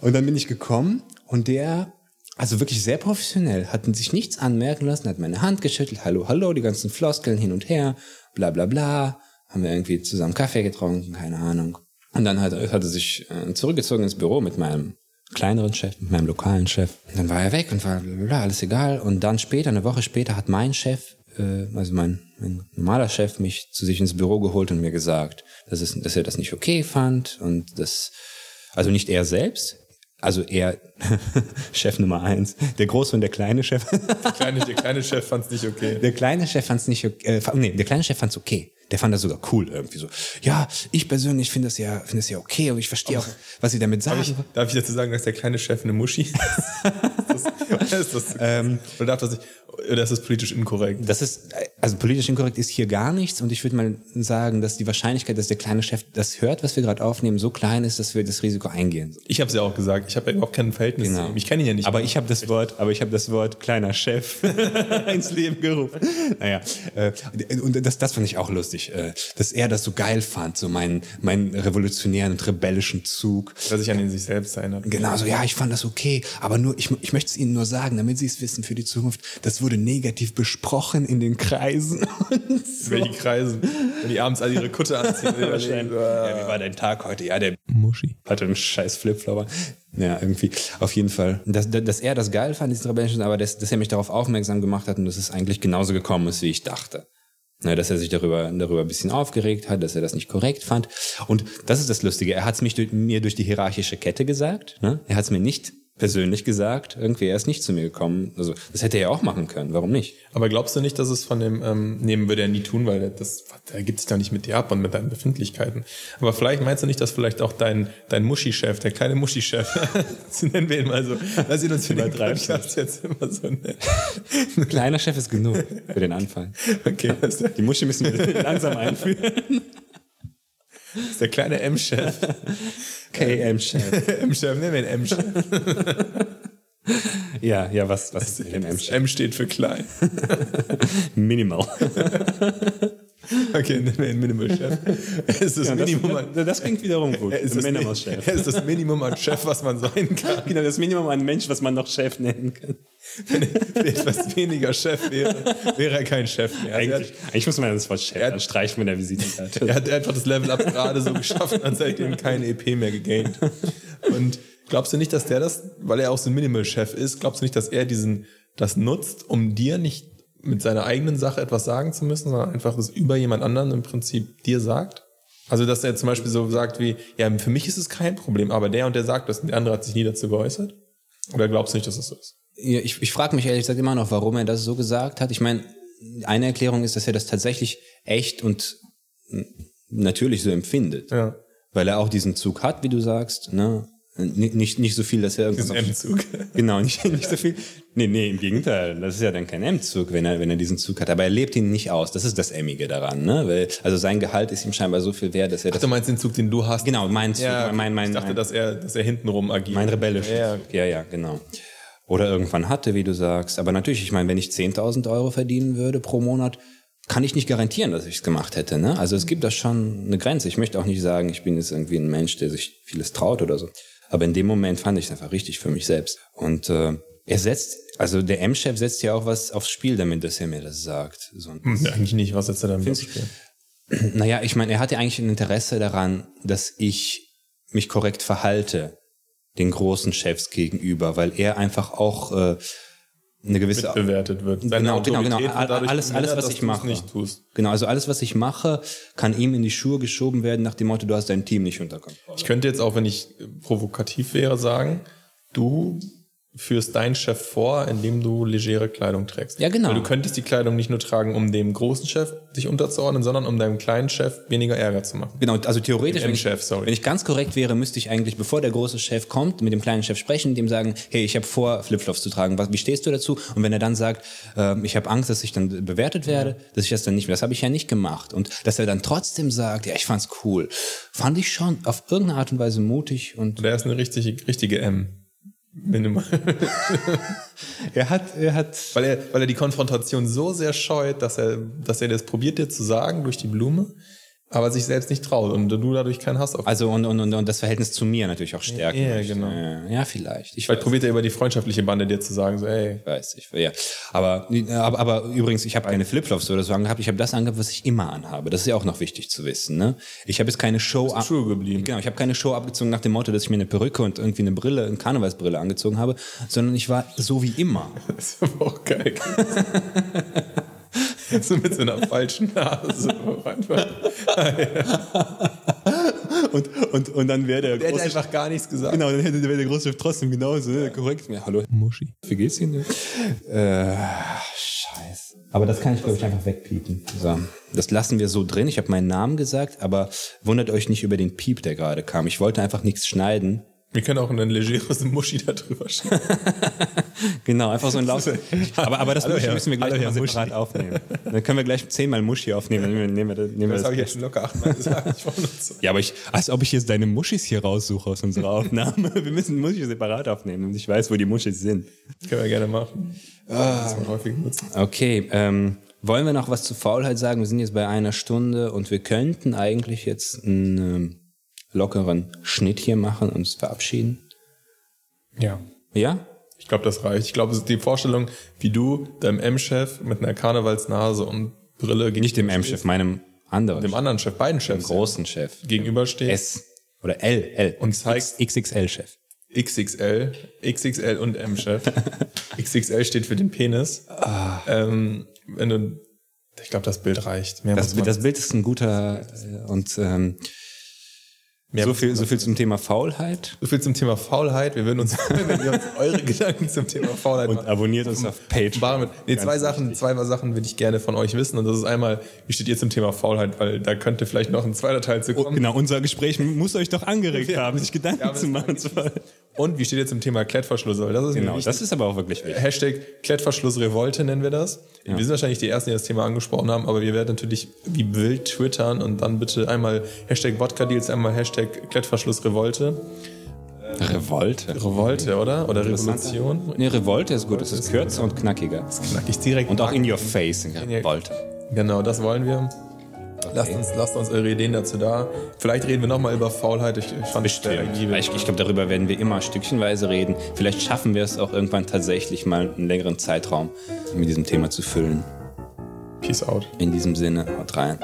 Und dann bin ich gekommen und der, also wirklich sehr professionell, hat sich nichts anmerken lassen, hat meine Hand geschüttelt, hallo, hallo, die ganzen Floskeln hin und her, bla bla bla, haben wir irgendwie zusammen Kaffee getrunken, keine Ahnung. Und dann hat, hat er sich äh, zurückgezogen ins Büro mit meinem kleineren Chef, mit meinem lokalen Chef. Und dann war er weg und war bla, bla, bla, alles egal. Und dann später, eine Woche später, hat mein Chef, äh, also mein, mein normaler Chef, mich zu sich ins Büro geholt und mir gesagt, dass, es, dass er das nicht okay fand und dass also nicht er selbst, also er, Chef Nummer eins, der große und der kleine Chef.
Kleine, der kleine Chef fand es nicht okay.
Der kleine Chef fand es nicht okay, äh, fa- nee, der kleine Chef fand's okay. Der fand das sogar cool irgendwie so. Ja, ich persönlich finde das ja, finde das ja okay und ich verstehe auch, was sie damit sagen.
Darf ich,
Ähm.
darf ich dazu sagen, dass der kleine Chef eine Muschi ist? ist das, oder darf das nicht? Das ist politisch inkorrekt.
Das ist, also politisch inkorrekt ist hier gar nichts und ich würde mal sagen, dass die Wahrscheinlichkeit, dass der kleine Chef das hört, was wir gerade aufnehmen, so klein ist, dass wir das Risiko eingehen.
Ich habe es ja auch gesagt. Ich habe ja überhaupt kein Verhältnis zu ihm. Ich kenne ihn ja nicht.
Genau. Aber ich habe das Wort, aber ich habe das Wort kleiner Chef ins Leben gerufen. Naja, äh, und das, das fand ich auch lustig, äh, dass er das so geil fand, so meinen, meinen revolutionären und rebellischen Zug.
dass ich an ihn sich selbst erinnert.
Genau, so, ja, ich fand das okay, aber nur, ich, ich möchte es Ihnen nur sagen, damit Sie es wissen für die Zukunft, das wurde negativ besprochen in den Kreisen. Und so.
Welche Kreisen, wenn die abends alle ihre Kutte anziehen.
Wahrscheinlich. Ja, wie war dein Tag heute? Ja, der
Muschi.
hatte einen scheiß Flipflower. Ja, irgendwie, auf jeden Fall. Dass, dass er das geil fand, diesen rebellischen, aber dass, dass er mich darauf aufmerksam gemacht hat und dass es eigentlich genauso gekommen ist, wie ich dachte. Na, dass er sich darüber, darüber ein bisschen aufgeregt hat, dass er das nicht korrekt fand. Und das ist das Lustige. Er hat es mir durch die hierarchische Kette gesagt. Ne? Er hat es mir nicht persönlich gesagt. Irgendwie, er ist nicht zu mir gekommen. Also, das hätte er ja auch machen können. Warum nicht?
Aber glaubst du nicht, dass es von dem, ähm, nehmen würde er nie tun, weil das, er gibt sich da nicht mit dir ab und mit deinen Befindlichkeiten. Aber vielleicht meinst du nicht, dass vielleicht auch dein, dein Muschi-Chef, der kleine Muschi-Chef, so nennen wir ihn mal so, dass ihn uns für den
Übertreib's
Podcast jetzt immer so nennt.
Kleiner Chef ist genug für den Anfang.
Okay, das ist der,
Die Muschi müssen wir langsam einführen.
das ist der kleine M-Chef.
KM-Chef.
M-Chef, nennen wir ihn M-Chef.
Ja, ja, was, was ist denn M-Chef?
M steht für klein.
Minimal.
Okay, nennen wir ihn Minimal-Chef. Es ist das Minimum an,
das, das klingt wiederum gut.
er ist das,
Minimal-Chef.
er ist das Minimum an Chef, was man sein kann.
Genau, das Minimum an Mensch, was man noch Chef nennen kann.
Wenn er etwas weniger Chef wäre, wäre er kein Chef mehr. Also er,
Eigentlich,
hat,
eigentlich muss man das Wort Chef anstreichen mit der Visitenkarte.
er hat einfach das Level Up gerade so geschafft und hat seitdem kein EP mehr gegaint. Und glaubst du nicht, dass der das, weil er auch so ein Minimal-Chef ist, glaubst du nicht, dass er diesen, das nutzt, um dir nicht mit seiner eigenen Sache etwas sagen zu müssen, sondern einfach es über jemand anderen im Prinzip dir sagt? Also, dass er zum Beispiel so sagt wie, ja, für mich ist es kein Problem, aber der und der sagt das und der andere hat sich nie dazu geäußert? Oder glaubst du nicht, dass das so ist?
Ja, ich ich frage mich ehrlich gesagt immer noch, warum er das so gesagt hat. Ich meine, eine Erklärung ist, dass er das tatsächlich echt und n- natürlich so empfindet.
Ja.
Weil er auch diesen Zug hat, wie du sagst. Ne? N- Nicht, nicht so viel, dass er irgendwas
Diesen
auf-
M-Zug.
Genau, nicht, nicht so viel. Nee, nee, im Gegenteil. Das ist ja dann kein M-Zug, wenn er, wenn er diesen Zug hat. Aber er lebt ihn nicht aus. Das ist das Emmige daran, ne? Weil, also sein Gehalt ist ihm scheinbar so viel wert, dass er
Ach,
das.
du meinst den Zug, den du hast?
Genau, mein Zug,
Ja, okay.
mein, mein,
ich dachte,
mein,
dass er, dass er hintenrum agiert.
mein rebellisches
Ja,
Zug. Ja, ja, genau. Oder irgendwann hatte, wie du sagst. Aber natürlich, ich meine, wenn ich 10.000 Euro verdienen würde pro Monat, kann ich nicht garantieren, dass ich es gemacht hätte, ne? Also es gibt da schon eine Grenze. Ich möchte auch nicht sagen, ich bin jetzt irgendwie ein Mensch, der sich vieles traut oder so. Aber in dem Moment fand ich es einfach richtig für mich selbst. Und äh, er setzt, also der M-Chef setzt ja auch was aufs Spiel damit, dass er mir das sagt. So ein
Ja, Eigentlich nicht, was jetzt er damit spielen.
naja, ich meine, er hatte eigentlich ein Interesse daran, dass ich mich korrekt verhalte den großen Chefs gegenüber, weil er einfach auch äh, eine gewisse
Bewertet wird.
Genau, genau, genau.
Autorität wird
All-
dadurch
alles- alles,
gemindert,
was
dass
ich
du es
mache.
nicht tust.
genau also alles was ich mache, kann ihm in die Schuhe geschoben werden nach dem Motto, du hast dein Team nicht unter Kontrolle.
Ich könnte jetzt auch, wenn ich äh, provokativ wäre, sagen, du führst deinen Chef vor, indem du legere Kleidung trägst.
Ja, genau.
Weil du könntest die Kleidung nicht nur tragen, um dem großen Chef dich unterzuordnen, sondern um deinem kleinen Chef weniger Ärger zu machen.
Genau, also theoretisch,
Dem
wenn ich,
Chef, sorry.
wenn ich ganz korrekt wäre, müsste ich eigentlich, bevor der große Chef kommt, mit dem kleinen Chef sprechen, dem sagen, hey, ich habe vor, Flipflops zu tragen, was, wie stehst du dazu? Und wenn er dann sagt, ähm, ich habe Angst, dass ich dann bewertet werde, dass ich das dann nicht mehr, das habe ich ja nicht gemacht. Und dass er dann trotzdem sagt, ja, ich fand's cool, fand ich schon auf irgendeine Art und Weise mutig und
Der ist eine richtige, richtige M. Wenn du mal
er hat, er hat
Weil er, weil er die Konfrontation so sehr scheut, dass er, dass er das probiert dir zu sagen durch die Blume, aber sich selbst nicht traut und du dadurch keinen Hass auf.
also und, und, und, und das Verhältnis zu mir natürlich auch stärken.
Ja,
möchte.
genau.
Ja, ja, vielleicht. Ich
Vielleicht probiert er über die freundschaftliche Bande dir zu sagen, so, ey,
weiß, ich ja. Aber, aber, aber übrigens, ich habe keine Flipflops oder so angehabt. Ich habe das angehabt, was ich immer anhabe. Das ist ja auch noch wichtig zu wissen. Ne? Ich habe jetzt keine Show ab-
true geblieben.
Genau, ich habe keine Show abgezogen nach dem Motto, dass ich mir eine Perücke und irgendwie eine Brille, eine Karnevalsbrille angezogen habe, sondern ich war so wie immer.
das ist aber auch geil. so mit so einer falschen Nase.
Und, und, und dann wäre der,
Der hat einfach gar nichts gesagt.
Genau, dann hätte der Großchef trotzdem genauso, ne? korrekt. Ja, hallo.
Muschi.
Wie geht's Ihnen? Äh, scheiße. Aber das kann ich, glaube ich, einfach wegpiepen. So. Das lassen wir so drin. Ich habe meinen Namen gesagt, aber wundert euch nicht über den Piep, der gerade kam. Ich wollte einfach nichts schneiden,
Wir können auch ein legeres Muschi da drüber schieben.
Genau, einfach so ein Lauf. Aber, aber das
Hallo,
Muschi
Herr-
müssen wir gleich
Hallo,
nochmal
Herr Muschi.
separat aufnehmen. Dann können wir gleich zehnmal Muschi aufnehmen. Dann nehmen wir, nehmen wir, das- nehmen wir
Das
das
habe ich jetzt schon locker achtmal gesagt. Ich war nur so-
Ja, aber ich, als ob ich jetzt deine Muschis hier raussuche aus unserer Aufnahme. Wir müssen Muschi separat aufnehmen, damit ich weiß, wo die Muschis sind.
Das können wir gerne machen. Das wird häufig genutzt.
Okay, ähm, wollen wir noch was zu Faulheit sagen? Wir sind jetzt bei einer Stunde und wir könnten eigentlich jetzt einen ähm, lockeren Schnitt hier machen und uns verabschieden.
Ja.
Ja?
Ich glaube, das reicht. Ich glaube, es ist die Vorstellung, wie du deinem M-Chef mit einer Karnevalsnase und Brille gegen
Nicht dem M-Chef, meinem anderen,
dem
dem
anderen Chef, beiden Chefs
großen Chef.
gegenüberstehst.
S oder L, L.
Und zeigst-
XXL-Chef.
XXL, XXL und M-Chef. XXL steht für den Penis.
Ah.
Ähm, wenn du, ich glaube, das Bild reicht. Mehr
Das,
muss man,
das Bild ist ein guter äh, und ähm,
mehr
so,
muss
viel,
man-
so viel zum Thema Faulheit.
so viel zum Thema Faulheit. Wir würden uns freuen, wenn ihr uns eure Gedanken zum Thema Faulheit
Und abonniert uns auf Patreon.
War mit, nee,
Ganz
zwei Sachen, zwei Sachen würde ich gerne von euch wissen. Und das ist einmal, wie steht ihr zum Thema Faulheit? Weil da könnte vielleicht noch ein zweiter Teil zu kommen.
Genau, unser Gespräch muss euch doch angeregt
Ja.
haben, sich Gedanken
Ja, aber
zu
es war
machen.
Und wie steht ihr zum Thema Klettverschluss? Weil das ist mir
Genau,
wichtig.
das ist aber auch wirklich wichtig.
Hashtag Klettverschlussrevolte nennen wir das. Wir sind wahrscheinlich die Ersten, die das Thema angesprochen haben, aber wir werden natürlich wie wild twittern und dann bitte einmal Hashtag Wodka-Deals, einmal Hashtag Klettverschlussrevolte.
Revolte.
Revolte, oder? Oder Revolution?
Ne, Revolte ist gut, es ist kürzer und knackiger.
Knack ich direkt.
Und auch in your face, in Revolte.
Genau, das wollen wir. Lasst, uns, lasst uns eure Ideen dazu da. Vielleicht reden wir nochmal über Faulheit. Ich, ich fand es sehr ergiebig.
Ich, ich glaube, darüber werden wir immer stückchenweise reden. Vielleicht schaffen wir es auch irgendwann tatsächlich mal einen längeren Zeitraum mit diesem Thema zu füllen.
Peace out.
In diesem Sinne, haut rein.